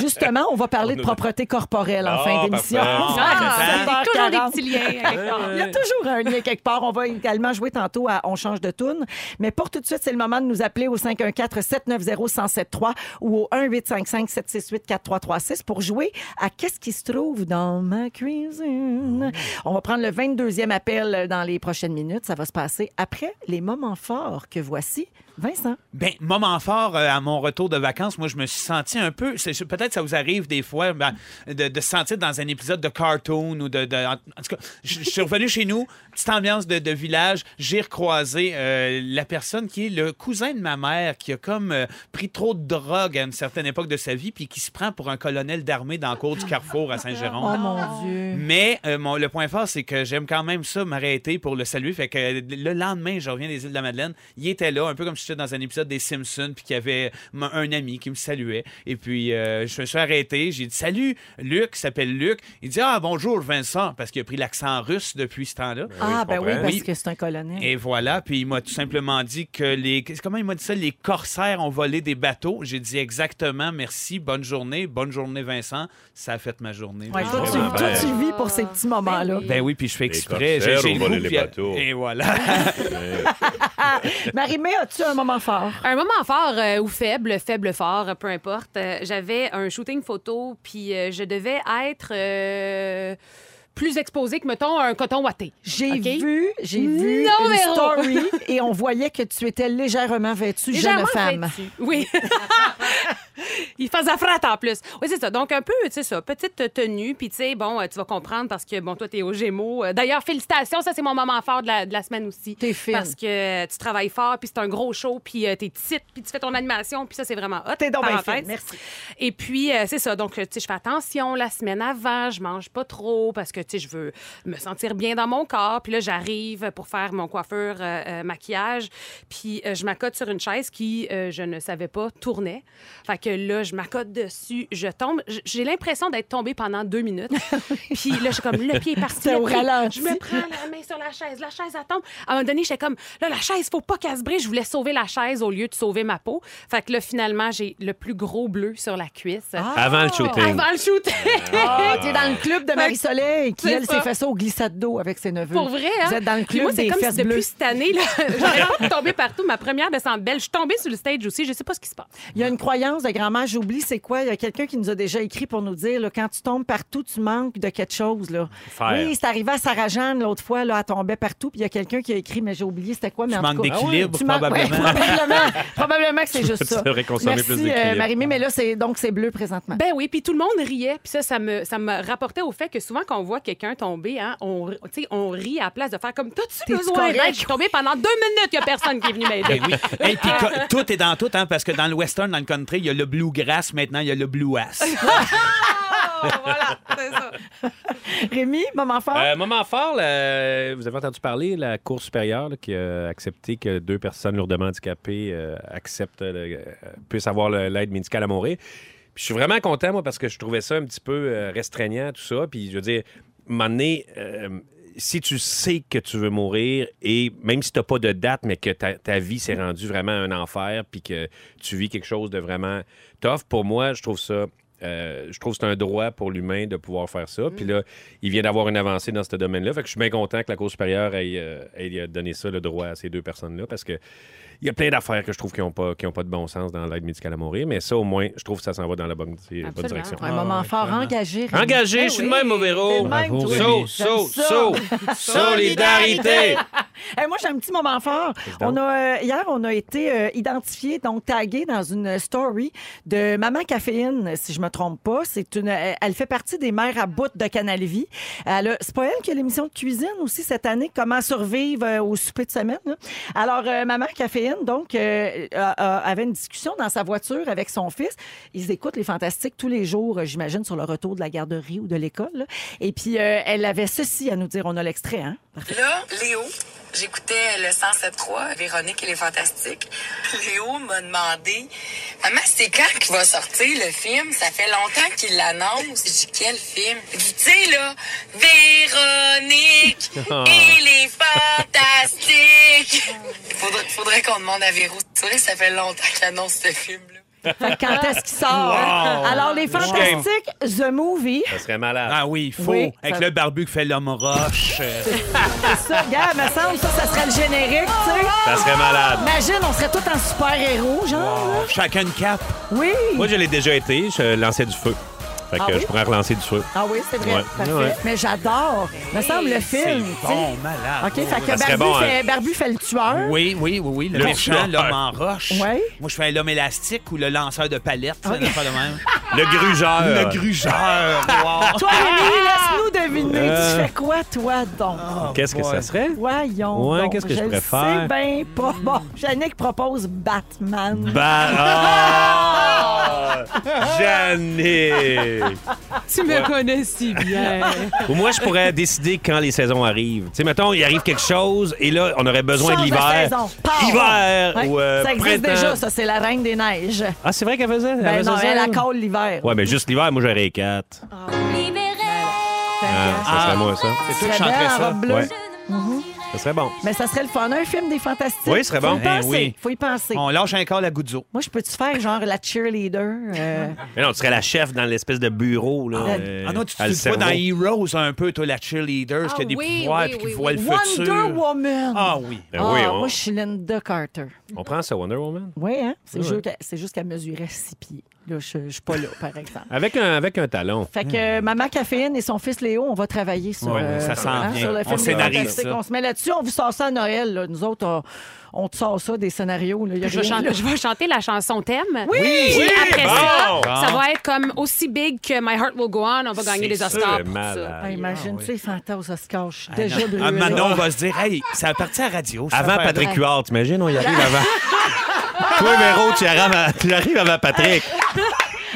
S2: justement, on va parler de propreté corporelle en
S1: Ah,
S2: fin d'émission.
S1: parfait.
S4: Ah,
S2: À
S4: c'est toujours
S2: 17h40.
S4: des petits liens. avec-
S2: Il y a toujours un lien quelque part. On va également jouer tantôt à On change de tune. Mais pour tout de suite, c'est le moment de nous appeler au 514-790-1073 ou au 1-855-768-4336 pour jouer à Qu'est-ce qui se trouve dans ma cuisine? On va prendre le 22e appel dans les prochaines minutes. Ça va se passer après les moments forts que voici Vincent.
S3: Ben, moment fort euh, à mon retour de vacances, moi je me suis senti un peu. c'est- c'est- Peut-être ça vous arrive des fois ben, de, de se sentir dans un épisode de cartoon ou de. de- en, en tout cas, je je suis revenu chez nous, petite ambiance de, de village. J'ai recroisé euh, la personne qui est le cousin de ma mère, qui a comme euh, pris trop de drogue à une certaine époque de sa vie, puis qui se prend pour un colonel d'armée dans la cour du Carrefour à Saint-Jérôme.
S2: mon Dieu.
S3: Mais euh, mon- le point fort, c'est que j'aime quand même ça m'arrêter pour le saluer. Fait que euh, le lendemain, je reviens des îles de la Madeleine. Il était là, un peu comme si j'étais dans un épisode des Simpsons, puis qu'il y avait m- un ami qui me saluait. Et puis, euh, je me suis arrêté. J'ai dit Salut, Luc, il s'appelle Luc. Il dit Ah, bonjour, Vincent, parce qu'il a pris l'accent russe depuis ce temps-là.
S2: Ah,
S1: je
S2: ben oui,
S1: comprends.
S2: parce
S3: Oui.
S2: que c'est un colonel.
S3: Et voilà, puis il m'a tout simplement dit que les. qu'est-ce- Comment il m'a dit ça? Les corsaires ont volé des bateaux. J'ai dit exactement merci, bonne journée, bonne journée, Vincent. Ça a fait ma journée.
S2: Ouais, toi, tu,
S1: Vraiment
S2: toi,
S1: bien.
S2: tu vis pour ces petits moments-là.
S3: Ben oui, puis je fais exprès.
S1: corsaires
S3: J'ai-
S1: ont
S3: j'ai le
S1: volé
S3: goût,
S1: les
S3: puis-
S1: bateaux.
S3: Et voilà.
S2: Marie-Mé, as-tu un moment fort?
S4: Un moment fort euh, ou faible, faible fort, euh, peu importe. euh, J'avais un shooting photo, puis euh, je devais être euh, plus exposée que, mettons, un coton watté.
S2: J'ai
S4: OK?
S2: vu, j'ai vu
S4: Non,
S2: une
S4: Véro.
S2: story et on voyait que tu étais légèrement vêtue, jeune
S4: Légèrement
S2: femme.
S4: vêtue. Oui. Il faisait frette en plus. Oui, c'est ça. Donc, un peu, tu sais ça, petite tenue. Puis, tu sais, bon, euh, tu vas comprendre parce que, bon, toi, t'es au Gémeaux. Euh, D'ailleurs, félicitations. Ça, c'est mon moment fort de la, de la semaine aussi.
S2: T'es fine.
S4: Parce que euh, tu travailles fort, puis c'est un gros show, puis euh, t'es petite, puis tu fais ton animation, puis ça, c'est vraiment hot.
S2: Ah, T'es donc bien
S4: Parenthèse.
S2: fine, merci.
S4: Et puis, euh, c'est ça. Donc, euh, tu sais, je fais attention la semaine avant, je mange pas trop parce que, tu sais, je veux me sentir bien dans mon corps. Puis là, j'arrive pour faire mon coiffure, euh, euh, maquillage. Puis, euh, je m'accote sur une chaise qui, euh, je ne savais pas, tournait. Fait que là, je m'accote dessus, je tombe. J- J'ai l'impression d'être tombée pendant deux minutes. puis là, je suis comme le pied par-ci.
S2: C'était
S4: le
S2: au
S4: pied-
S2: ralenti.
S4: Je me prends la main sur la chaise. La chaise, elle tombe. À un moment donné, j'étais comme, là, la chaise, faut pas qu'elle se brise. Je voulais sauver la chaise au lieu de sauver ma peau. Fait que là, finalement, j'ai le plus gros bleu sur la cuisse.
S1: Avant le shooting.
S4: Avant le shooting.
S2: Ah, t'es dans le club de Marie-Soleil qui,
S4: C'est
S2: elle,
S4: ça.
S2: s'est fait ça au glissade d'eau avec ses neveux.
S4: Pour vrai, hein?
S2: Vous êtes dans le
S4: Puis
S2: club
S4: moi, c'est
S2: des
S4: comme
S2: fesses
S4: si depuis
S2: bleues.
S4: cette année, là, j'arrête pas de tomber partout. Ma première de Belle, je suis tombée sur le stage aussi. Je sais pas ce qui se passe.
S2: Il y a une croyance de grand-mère, j'oublie c'est quoi. Il y a quelqu'un qui nous a déjà écrit pour nous dire là, quand tu tombes partout, tu manques de quelque chose. Là.
S1: Faire.
S2: Oui, c'est arrivé à Sarah Jeanne l'autre fois, là, elle tombait partout. Puis il y a quelqu'un qui a écrit, mais j'ai oublié c'était quoi. Mais
S3: Tu
S2: en
S3: manques
S2: tout cas-
S3: d'équilibre,
S2: Tu manques- ouais,
S3: probablement.
S2: probablement. Probablement que c'est juste
S1: Tu
S2: ça.
S1: devrais consommer
S2: Merci, euh,
S1: plus d'équilibre.
S2: Marie-Mé, mais là, c'est, donc c'est bleu présentement.
S4: Ben oui, puis tout le monde riait. Puis ça, ça me, ça me rapportait au fait que souvent, quand on voit quelqu'un tomber, hein, on, tu sais, on rit à la place de faire comme T'as-tu
S2: T'es-tu
S4: besoin d'aide?
S2: correct?
S4: Je suis tombée pendant deux minutes, il n'y a personne qui est venu m'aider.
S3: Ben oui. Hey, puis co- tout est dans tout, hein, parce que dans le western, dans le country, il y a le bluegrass, maintenant il y a le blueass.
S4: voilà, c'est ça.
S2: Ben, Rémi, moment fort.
S1: Euh, moment fort, là, vous avez entendu parler la Cour supérieure là, qui a accepté que deux personnes lourdement handicapées euh, acceptent, euh, euh, puissent avoir le- l'aide médicale à mourir. Puis je suis vraiment content, moi, parce que je trouvais ça un petit peu euh, restreignant, tout ça. Puis je veux dire, à un moment donné, euh, si tu sais que tu veux mourir et même si tu n'as pas de date, mais que ta, ta vie s'est rendue vraiment un enfer puis que tu vis quelque chose de vraiment tough, pour moi, je trouve ça. euh, je trouve que c'est un droit pour l'humain de pouvoir faire
S2: Mm.
S1: ça. Puis là, il vient d'avoir une avancée dans ce domaine-là. Fait que je suis bien content que la Cour supérieure ait, euh, ait donné ça, le droit à ces deux personnes-là, parce que il y a plein d'affaires que je trouve qui n'ont pas, qui ont pas de bon sens dans l'aide médicale à mourir. Mais ça, au moins, je trouve que ça s'en va dans la bonne, bonne
S4: Absolument.
S1: direction.
S2: Un moment fort, engagé. Rémi.
S1: ah, Engagé,
S2: Ben
S1: je suis
S2: oui.
S1: de même au
S2: T'es
S1: véro.
S2: de même,
S3: Bravo,
S2: toi.
S1: So,
S3: Rémi.
S2: J'aime
S1: so,
S2: ça.
S1: so. Solidarité.
S2: Hey, Eh, moi, j'ai un petit moment fort. On a, euh, hier, on a été euh, identifié, donc tagué dans une story de Maman Caféine, si je me trompe pas. C'est une, euh, elle fait partie des mères à bout de Canal Vie. Elle a- C'est pas elle qui a l'émission de cuisine aussi cette année, Comment survivre euh, au souper de semaine. là. Alors, euh, Maman Caféine, donc, euh, a- a- avait une discussion dans sa voiture avec son fils. Ils écoutent les Fantastiques tous les jours, euh, j'imagine, sur le retour de la garderie ou de l'école. là. Et puis, euh, elle avait ceci à nous dire. On a l'extrait, hein?
S6: Là, Léo, j'écoutais le 107.3, Véronique et les Fantastiques. Léo m'a demandé, maman, c'est quand qu'il va sortir le film? Ça fait longtemps qu'il l'annonce. J'ai dit, quel film? Il dit, tu sais, là, Véronique et les Fantastiques. faudrait, faudrait qu'on demande à Véro. C'est vrai que ça fait longtemps qu'il annonce ce film-là.
S2: Fait que quand est-ce qu'il sort? hein? Alors, les fantastiques, The Movie.
S1: Ça serait malade.
S3: Ah oui, faux.
S2: Oui,
S3: Avec
S2: ça-
S3: le barbu qui fait l'homme roche. euh,
S2: Ça, gars, me semble, ça, ça serait le générique, tu sais.
S1: Ça serait malade.
S2: Imagine, on serait tous en super-héros, genre. là.
S3: chacun une cape.
S2: Oui.
S1: Moi, je l'ai déjà été. Je lançais du feu. Fait que
S2: Ah oui?
S1: je pourrais relancer du feu.
S2: Ah oui, c'est vrai.
S1: Ouais.
S2: Parfait.
S1: Ouais.
S2: Mais j'adore. Me semble le
S3: C'est
S2: film. tu sais.
S3: bon, malade.
S2: OK, fait que
S1: Ça serait
S2: Barbu,
S1: bon, hein.
S2: fait, Barbu fait le tueur.
S3: Oui, oui, oui, oui. Le,
S1: Le
S3: méchant,
S1: tueur.
S3: l'homme en roche.
S2: Ouais.
S3: Moi, je fais l'homme élastique ou le lanceur de palette. ça n'est pas le même.
S1: Le grugeur.
S3: Le grugeur. wow.
S2: Toi,
S1: Ah!
S2: Rémi, laisse-nous deviner. Tu
S1: Euh.
S2: fais quoi, toi, donc?
S1: Qu'est-ce que
S3: Ouais.
S1: ça serait?
S2: Voyons.
S1: Ouais,
S2: donc.
S1: qu'est-ce que je
S2: le
S1: préfère?
S2: sais bien pas. Bon, Yannick propose Batman.
S1: Bah. Ah! Jannick!
S4: Tu me connais si bien.
S1: Ou moi, je pourrais décider quand les saisons arrivent. Tu sais, mettons, il arrive quelque chose et là, on aurait besoin de
S2: Change
S1: l'hiver.
S2: saison. Pars.
S1: Hiver
S2: Ouais.
S1: ou euh,
S2: Ça existe
S1: printemps.
S2: déjà, ça, c'est la reine des neiges.
S1: Ah, c'est vrai qu'elle faisait? Elle
S2: Ben
S1: faisait
S2: non,
S1: ça,
S2: elle
S1: là?
S2: accorde l'hiver.
S1: Ouais, mais juste l'hiver, moi, j'aurais quatre. Ah, ça serait
S3: Ah.
S1: moi, ça.
S3: C'est
S2: Tu
S3: toi
S2: serais
S3: qui chanterais
S2: belle euh, en
S3: ça.
S2: robe bleue.
S1: Ouais.
S2: Mhm.
S1: Ça serait bon.
S2: Mais ça serait le fun, un film des fantastiques.
S1: Oui, ce serait bon.
S2: Faut y penser.
S3: Eh oui.
S2: Faut y penser.
S3: On lâche un corps la goudzo.
S2: Moi, je peux-tu faire genre la cheerleader? euh,
S1: Mais non, tu serais la chef dans l'espèce de bureau, là. euh,
S3: Ah non, tu
S1: à le
S3: te vois dans
S1: cerveau.
S3: Heroes un peu, toi, la cheerleader, qui a des
S4: oui,
S3: pouvoirs
S4: oui,
S3: puis qui
S4: oui,
S3: voit le
S2: Wonder
S3: futur.
S2: Woman.
S3: Ah oui.
S1: Ben oui,
S2: Ah,
S1: on,
S2: Moi, je suis Linda Carter.
S1: on prend ça, Wonder Woman.
S2: Oui, hein? C'est
S1: Ouais.
S2: juste qu'elle- c'est juste qu'elle mesurait six pieds. Là, je je suis pas là, par exemple.
S1: Avec un, avec un talon.
S2: Fait que euh, Maman Caféine et son fils Léo, on va travailler sur,
S3: Ouais,
S2: euh,
S3: ça sent bien.
S2: sur le
S3: On
S2: film des
S3: scénarise
S2: Fantastiques.
S3: ça.
S2: On se met là-dessus, on vous sort ça à Noël. là. Nous autres, on, on te sort ça, des scénarios. là. Y a
S4: Je vais,
S2: rien,
S4: chanter,
S2: là.
S4: je vais chanter la chanson thème.
S2: Oui!
S4: Puis après ça,
S1: bon!
S4: ça va être comme aussi big que My Heart Will Go On. On va gagner des
S1: C'est
S4: Oscars. pour ça.
S1: malade.
S2: Ah, imagine, tu sais, Fanta aux Oscars, je suis
S3: Ah,
S2: déjà brûlée.
S3: non. Ah, Manon va se dire, hey, ça appartient à la radio. cette
S1: Avant
S3: affaire-là.
S1: Patrick Huard, t'imagines, on y arrive avant. Toi, Véro, tu arrives, à- tu arrives avant Patrick.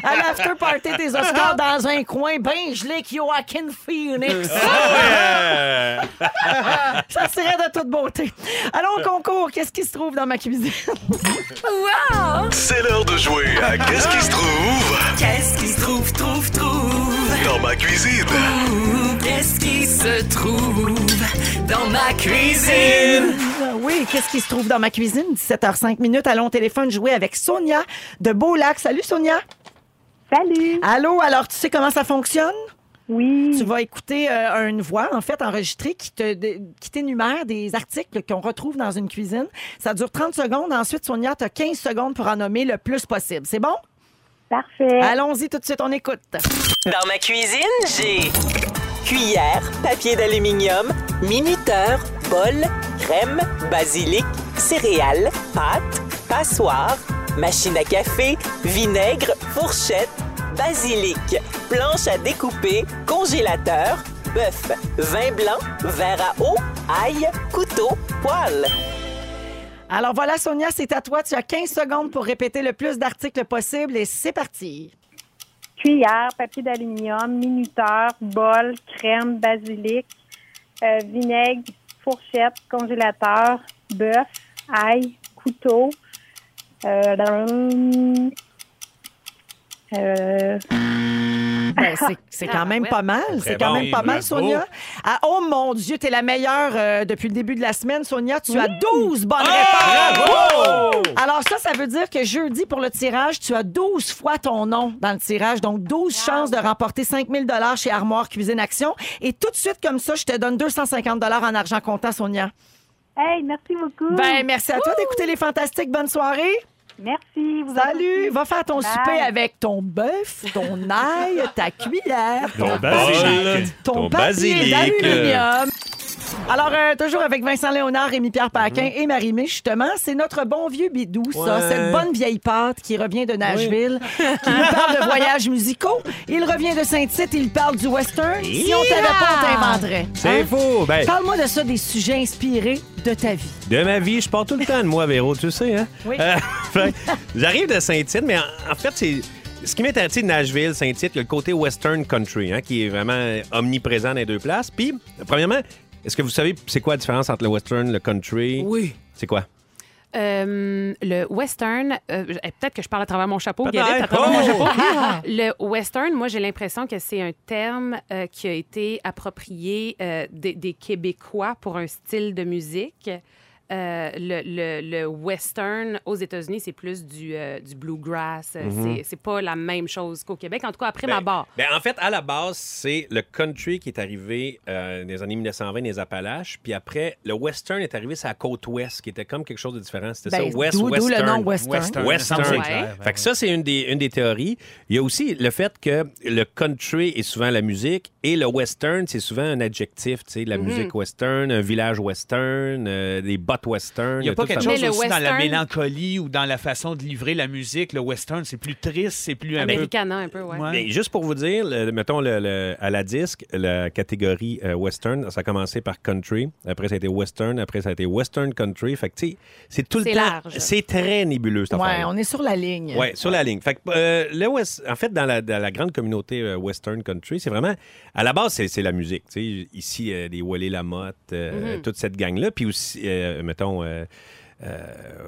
S2: À l'after party des Oscars dans un coin ben gelé que Joaquin Phoenix.
S1: Ouais.
S2: Ça serait de toute beauté. Allons au concours. Qu'est-ce qui se trouve dans ma cuisine?
S7: C'est l'heure de jouer à Qu'est-ce qui se trouve cuisine.
S8: Qu'est-ce qui se trouve dans ma cuisine?
S2: Euh, Oui, qu'est-ce qui se trouve dans ma cuisine? 17h05 minutes. Allons au téléphone jouer avec Sonia de Beaulac. Salut, Sonia.
S9: Salut!
S2: Allô, alors, tu sais comment ça fonctionne?
S9: Oui.
S2: Tu vas écouter euh, une voix, en fait, enregistrée qui te de- qui t'énumère des articles qu'on retrouve dans une cuisine. Ça dure 30 secondes. Ensuite, Sonia, tu as 15 secondes pour en nommer le plus possible. C'est bon?
S9: Parfait.
S2: Allons-y tout de suite, on écoute.
S8: Dans ma cuisine, j'ai cuillère, papier d'aluminium, minuteur, bol, crème, basilic, céréales, pâtes, passoire, machine à café, vinaigre, fourchette, basilic, planche à découper, congélateur, bœuf, vin blanc, verre à eau, ail, couteau, poêle.
S2: Alors voilà, Sonia, c'est à toi. Tu as 15 secondes pour répéter le plus d'articles possible et c'est parti.
S9: Cuillère, papier d'aluminium, minuteur, bol, crème, basilic, euh, vinaigre, fourchette, congélateur, bœuf, ail, couteau. Euh, drum, euh,
S2: Ben, c'est- c'est quand même pas mal. C'est quand
S1: bon,
S2: même pas mal,
S3: bravo.
S2: Sonia. Ah, oh mon Dieu, t'es la meilleure euh, depuis le début de la semaine, Sonia. Tu as 12 bonnes réponses. Alors ça, ça veut dire que jeudi, pour le tirage, tu as 12 fois ton nom dans le tirage. Donc, 12 chances de remporter 5000 chez Armoire Cuisine Action. Et tout de suite, comme ça, je te donne 250 en argent comptant, Sonia.
S9: hey, merci beaucoup.
S2: Ben, merci à toi d'écouter les fantastiques. Bonne soirée.
S9: merci. Vous
S2: Salut.
S9: aussi.
S2: Va faire ton
S9: Bye.
S2: souper avec ton bœuf, ton ail, ta cuillère,
S1: Ton
S2: basilic.
S1: basilic.
S2: ton,
S1: Ton
S2: papier
S1: basilic.
S2: d'aluminium. Alors, euh, toujours avec Vincent Léonard, Rémi-Pierre Paquin et Marie-Mé, justement, c'est notre bon vieux bidou, ça,
S1: Mhm. Ouais.
S2: cette bonne vieille pâte qui revient de Nashville, qui nous parle de voyages musicaux. Il revient de Saint-Tite, il parle du western. Si on t'avait pas, on t'inventerait.
S1: C'est
S2: Hein?
S1: faux. Ben,
S2: Parle-moi de ça, des sujets inspirés de ta vie.
S1: de ma vie, je pars tout le temps de moi, Véro, tu sais. Hein?
S2: Oui.
S1: Euh, fait, J'arrive de Saint-Tite, mais en, en fait, c'est. Ce qui m'est arrivé de Nashville, Saint-Tite, il y a le côté Western Country, hein, qui est vraiment omniprésent dans les deux places. Puis, premièrement, est-ce que vous savez c'est quoi la différence entre le Western et le Country?
S4: Oui.
S1: C'est quoi?
S4: Euh, le western, euh, je- eh, peut-être que je parle à travers mon chapeau,
S1: Peut-être.
S4: Guédette, à travers mon
S1: Oh!
S4: chapeau. Le western, moi, j'ai l'impression que c'est un terme euh, qui a été approprié euh, des, des Québécois pour un style de musique. Euh, le, le- le western aux États-Unis, c'est plus du, euh, du bluegrass. Euh, c'est- C'est pas la même chose qu'au Québec, en tout cas après ma barre.
S1: Mm-hmm. Ben, en fait, à la base, c'est le country qui est arrivé euh, dans les années 1920, les Appalaches. Puis après, le western est arrivé, c'est la côte ouest, qui était comme quelque chose de différent. C'était
S2: Ben,
S1: ça, west,
S2: d'où- d'où
S1: western.
S2: le nom western.
S3: Western.
S1: Western.
S3: Ça me semble
S4: Ouais.
S3: clair.
S1: Fait que ça, c'est une des, une des théories. Il y a aussi le fait que le country est souvent la musique et le western, c'est souvent un adjectif. Tu sais,
S2: Mhm.
S1: la musique western, un village western, euh, des bottes western. euh,
S3: Il n'y a pas
S1: tout
S3: quelque
S1: ça.
S4: Mais
S3: chose
S4: le
S3: aussi dans la
S4: western-
S3: mélancolie ou dans la façon de livrer la musique. Le western, c'est plus triste, c'est plus un peu...
S4: Americana, un peu, ouais.
S3: Ouais.
S2: Hein?
S1: Mais juste pour vous dire, le- mettons le- le- à la disque, la catégorie euh, western, ça a commencé par country, après ça a été western, après ça a été western country. Fait que tu sais, c'est tout le
S4: C'est
S1: temps,
S4: large.
S1: c'est très nébuleux cette
S2: Ouais,
S1: affaire.
S2: on est sur la ligne.
S1: Ouais, sur la ligne. Fait que, euh, le West- en fait, dans la, dans la grande communauté euh, western country, c'est vraiment à la base c'est, c'est la musique. tu sais. ici, euh, les Wally Lamotte, euh,
S2: Mm-hmm.
S1: toute cette gang là, puis aussi, euh, mettons. euh, euh,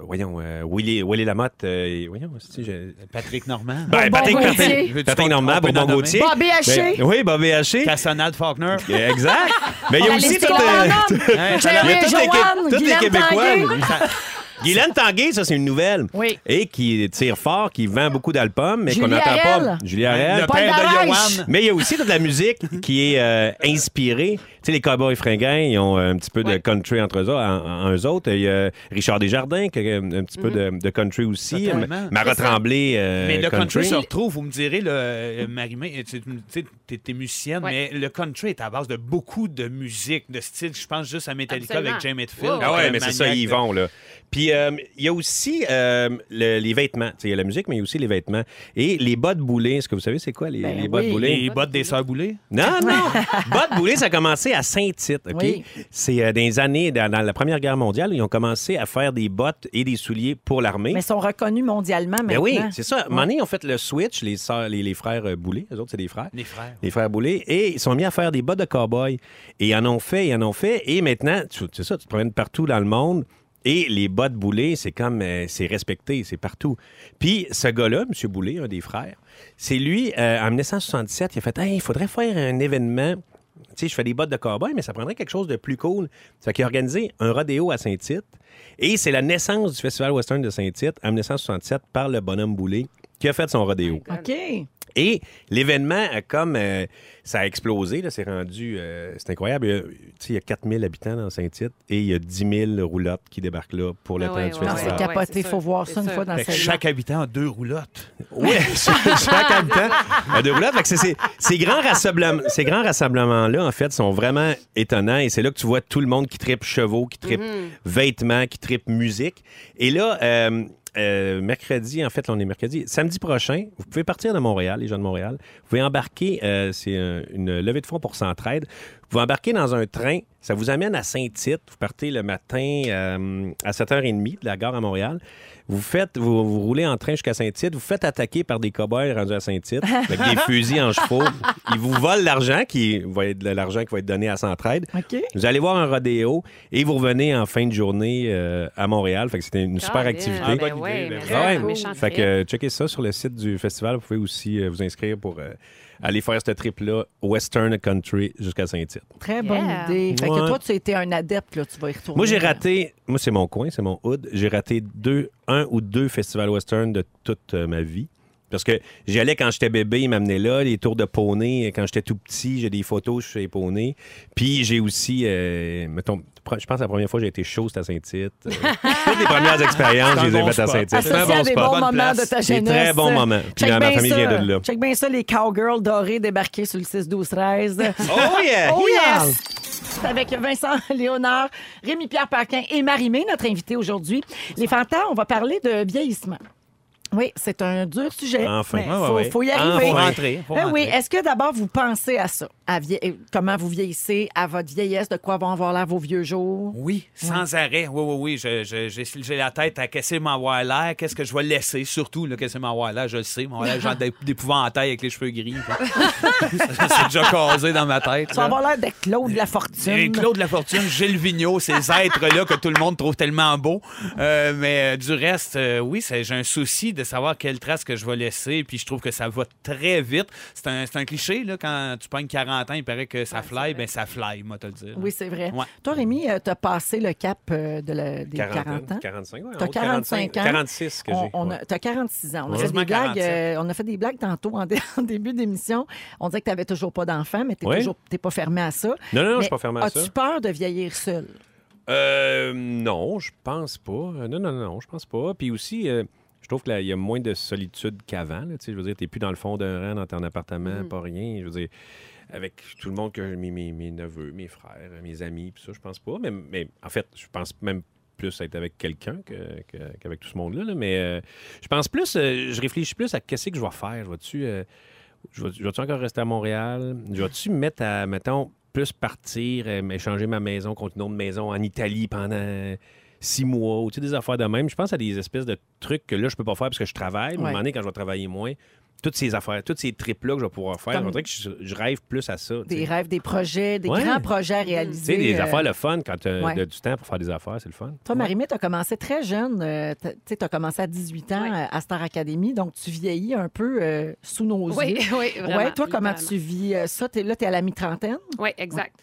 S1: voyons, euh, Willy, Willy Lamotte, euh, voyons, si j'ai-
S3: Patrick Normand.
S1: Ben, Patrick,
S2: Gaultier.
S1: Patrick, Patrick Normand,
S3: On peut
S1: Bourbon
S3: en nommer.
S1: Gauthier.
S2: Bobby Haché.
S1: Ben, oui, Bobby Haché.
S3: Cassonade Faulkner.
S1: Exact. Mais il y a
S2: La
S1: aussi
S2: liste
S1: tout,
S2: est
S1: euh,
S2: grande.
S3: Hein,
S1: il y a
S2: Jerry,
S1: toutes les,
S2: Joanne,
S1: toutes les
S2: Guylaine
S1: Québécois.
S2: Tanguay.
S1: Guylaine Tanguay, ça, c'est une nouvelle.
S2: Oui.
S1: Et qui tire fort, qui vend beaucoup d'albums, mais qu'on
S2: Julie
S1: n'entend
S2: Arel.
S1: pas. Julie Arel.
S3: Ben, Le
S2: Paul
S3: père
S2: Darèche.
S3: de Yoann.
S1: Mais il y a aussi toute la musique qui est euh, inspirée. Tu sais, les cowboys fringants, ils ont euh, un petit peu de country entre eux, autres- en, en eux autres. Il y a Richard Desjardins qui a un petit peu de,
S2: Mm-hmm.
S1: de country aussi.
S3: Totalement.
S1: Marat Tremblay, euh,
S3: Mais le country se retrouve, vous me direz, le, euh, Marie-Mé, tu tu- tu sais, t'es- t'es musicienne,
S4: Ouais.
S3: mais le country est à base de beaucoup de musique, de style. Je pense juste à Metallica
S4: Absolument.
S3: avec James Hetfield.
S4: Wow.
S1: Ah ouais,
S3: le
S1: mais c'est ça,
S3: maniaque
S1: ils y
S3: de-
S1: vont, là. Puis euh, il y a aussi euh, le- les vêtements. Tu sais, Il y a la musique, mais il y a aussi les vêtements. Et les bottes boulées. Est-ce que vous savez c'est quoi les, les bottes
S2: Ben oui.
S1: boulées?
S3: Les bottes des sœurs Boulay.
S1: Non, non! bottes boulées, ça a commencé à Saint-Tite, OK?
S2: Oui.
S1: C'est euh, des années, dans, dans la Première Guerre mondiale, ils ont commencé à faire des bottes et des souliers pour l'armée.
S2: Mais ils sont reconnus mondialement maintenant.
S1: Ben oui, c'est ça. À un moment donné, ils ont fait le switch, les, sœurs- les, les frères euh, Boulay, les autres, c'est des frères.
S3: Les frères.
S1: Les frères Boulay. Et ils sont mis à faire des bottes de cow-boy. Et ils en ont fait, ils en ont fait. Et maintenant, tu, c'est ça, tu te promènes partout dans le monde. Et les bottes Boulay, c'est comme, euh, c'est respecté, c'est partout. Puis ce gars-là, M. Boulay, un des frères, c'est lui, euh, en 1967, il a fait, Hey, il faudrait faire un événement. Tu sais, je fais des bottes de cowboy, mais ça prendrait quelque chose de plus cool. Ça fait qu'il a organisé un rodéo à Saint-Tite. Et c'est la naissance du Festival Western de Saint-Tite en 1967 par le bonhomme Boulay qui a fait son rodéo.
S2: OK.
S1: Et l'événement, euh, comme euh, ça a explosé, là, c'est rendu, euh, c'est incroyable. Il y a, tu sais, il y a 4000 habitants dans Saint-Tite et il y a 10 000 roulottes qui débarquent là pour le
S4: Ah
S1: temps
S4: ouais,
S1: du
S4: ouais,
S2: Non, c'est
S1: festival.
S4: cap-
S2: capoté.
S4: Ouais,
S2: Il
S4: c'est
S2: faut
S4: sûr,
S2: voir
S4: c'est
S2: ça une
S4: sûr.
S2: fois dans
S1: Ben,
S3: Fait que
S2: sa vie.
S3: chaque habitant a deux roulottes.
S1: Oui, chaque habitant a deux Ah, roulottes. Fait que c'est- c'est- ces, grands rassemblem- ces grands rassemblements-là, en fait, sont vraiment étonnants. Et c'est là que tu vois tout le monde qui tripe chevaux, qui tripe
S4: Mm-hmm.
S1: vêtements, qui tripe musique. Et là, euh, euh, mercredi, en fait, là, on est mercredi, samedi prochain, vous pouvez partir de Montréal, les gens de Montréal. Vous pouvez embarquer, euh, c'est un- une levée de fonds pour Centraide. Vous pouvez embarquer dans un train, ça vous amène à Saint-Tite. Vous partez le matin euh, à 7h30 de la gare à Montréal. Vous faites, vous, vous roulez en train jusqu'à Saint-Tite, vous faites attaquer par des cow-boys rendus à Saint-Tite avec des fusils en chevaux. Ils vous volent l'argent qui va être de l'argent qui va être donné à Centraide.
S2: OK.
S1: Vous allez voir un rodéo et vous revenez en fin de journée euh, à Montréal. Fait que c'était une super activité.
S4: Ah,
S3: Bonne
S4: ben
S3: idée,
S4: ouais,
S3: ben
S4: mais
S1: Ah ouais.
S4: c'est un méchant
S1: Fait que
S4: trip.
S1: euh, checkez ça sur le site du festival. Vous pouvez aussi euh, vous inscrire pour euh, aller faire ce trip-là, Western Country jusqu'à Saint-Tite.
S2: Très bonne
S4: Yeah.
S2: idée. Fait que
S1: Ouais.
S2: toi, tu as été un adepte, là, tu vas y retourner.
S1: Moi, j'ai raté, moi, c'est mon coin, c'est mon hood. J'ai raté deux, un ou deux festivals western de toute euh, ma vie. Parce que j'y allais quand j'étais bébé, ils m'amenaient là, les tours de poney. Quand j'étais tout petit, j'ai des photos chez les poneys. Puis j'ai aussi, euh, mettons, pre- je pense que la première fois que j'ai été chaud, c'était à Saint-Tite. Euh, Toutes les premières expériences,
S3: C'est un
S1: je les ai
S3: bon
S1: faites à
S3: spot.
S1: Saint-Tite.
S2: Associé
S1: C'est un bon
S2: à des
S1: spot.
S2: bons
S3: Bonne
S2: moments
S3: place.
S2: de ta
S1: Des
S2: jeunesse.
S1: très bons moments. Puis
S2: Check
S1: ma
S2: bien
S1: famille
S2: ça.
S1: vient de là.
S2: Check bien ça, les cowgirls dorés débarqués sur le 6-12-13.
S1: Oh yeah!
S2: Oh yes! C'est avec Vincent Léonard, Rémi-Pierre Paquin et Marie-Mé, notre invité aujourd'hui. Les fantômes, on va parler de vieillissement. Oui, c'est un dur sujet.
S1: Enfin.
S2: mais
S1: Ouais, ouais,
S2: faut,
S1: ouais. Ah,
S2: faut y arriver.
S1: Enfin.
S3: rentrer, faut
S2: Ben oui,
S3: rentrer.
S2: est-ce que d'abord vous pensez à ça, à vie- euh, comment vous vieillissez, à votre vieillesse, de quoi vont avoir l'air vos vieux jours?
S3: Oui, sans arrêt. Oui, oui, oui. Je- je- J'ai j'ai la tête à qu'est-ce que m'avoir l'air, qu'est-ce que je vais laisser, surtout, là, qu'est-ce que m'avoir l'air, je le sais. Mon l'air, genre d'ép- d'épouvantail avec les cheveux gris. C'est déjà casé dans ma tête.
S2: Tu vas
S3: là.
S2: avoir l'air de
S1: Euh,
S2: Claude La
S3: Et
S2: Fortune.
S3: Claude Lafortune, Gilles Vigneault, ces êtres-là que tout le monde trouve tellement beaux. Euh, mais euh, du reste, euh, oui, c'est- j'ai un souci de savoir quelle trace que je vais laisser. Puis je trouve que ça va très vite. C'est un, c'est un cliché, là, quand tu pognes 40 ans, il paraît que ça fly. Ben, ça fly, moi, te le dire.
S2: Oui, c'est vrai.
S3: Ouais.
S2: Toi, Rémi, tu as passé le cap euh, de la- des 40, ans.
S1: 45, ouais, en
S2: T'as
S1: haut de 45
S2: 45 ans.
S1: 46 que j'ai.
S2: On- on a-
S1: ouais.
S2: T'as 46 ans. On, a fait
S3: Ouais.
S2: des
S3: Quasiment
S2: blagues,
S3: 47.
S2: euh, on a fait des blagues tantôt en, dé- en début d'émission. On disait que tu n'avais toujours pas d'enfant, mais tu
S1: Ouais.
S2: n'es pas fermé à ça.
S1: Non, non, non, je
S2: Mais
S1: suis pas fermé à ça.
S2: As-tu peur de vieillir seul?
S1: Euh, non, je pense pas. Euh, Non, non, non, je pense pas. Puis aussi, euh, je trouve qu'il y a moins de solitude qu'avant. là, tu sais, Je veux dire, t'es plus dans le fond d'un rang, dans ton
S2: Mm.
S1: appartement, pas rien. Je veux dire, avec tout le monde que mes, mes, mes neveux, mes frères, mes amis, puis ça, je pense pas. Mais, mais en fait, je pense même plus être avec quelqu'un que- que- qu'avec tout ce monde-là. là. Mais euh, je pense plus, euh, je réfléchis plus à qu'est-ce que je vais faire. Je vais-tu euh, je vais- je vais-tu encore rester à Montréal? Je vais-tu me mettre à, mettons, plus partir, euh, échanger ma maison contre une autre maison en Italie pendant six mois ou tu sais, des affaires de même? Je pense à des espèces de trucs que là, je peux pas faire parce que je travaille. Mais à un
S2: Ouais.
S1: moment donné, quand je vais travailler moins, toutes ces affaires, toutes ces trips-là que je vais pouvoir faire,
S2: Comme-
S1: on dirait que je, je rêve plus à ça. tu sais.
S2: Des rêves, des projets, des
S1: Ouais.
S2: grands projets à
S1: Tu sais,
S2: réaliser.
S1: des
S2: euh,
S1: affaires le fun quand tu as
S2: ouais.
S1: du temps pour faire des affaires, c'est le fun.
S2: Toi, Marimé, tu as commencé très jeune. euh, t'as- Tu as commencé à 18 ans
S4: Ouais.
S2: euh, à Star Academy, donc tu vieillis un peu euh, sous nos
S4: Oui,
S2: yeux.
S4: oui, vraiment,
S2: ouais, toi, comment
S4: littéralement.
S2: tu vis euh, ça? T'es- là, tu es à la mi-trentaine.
S4: Oui, exact.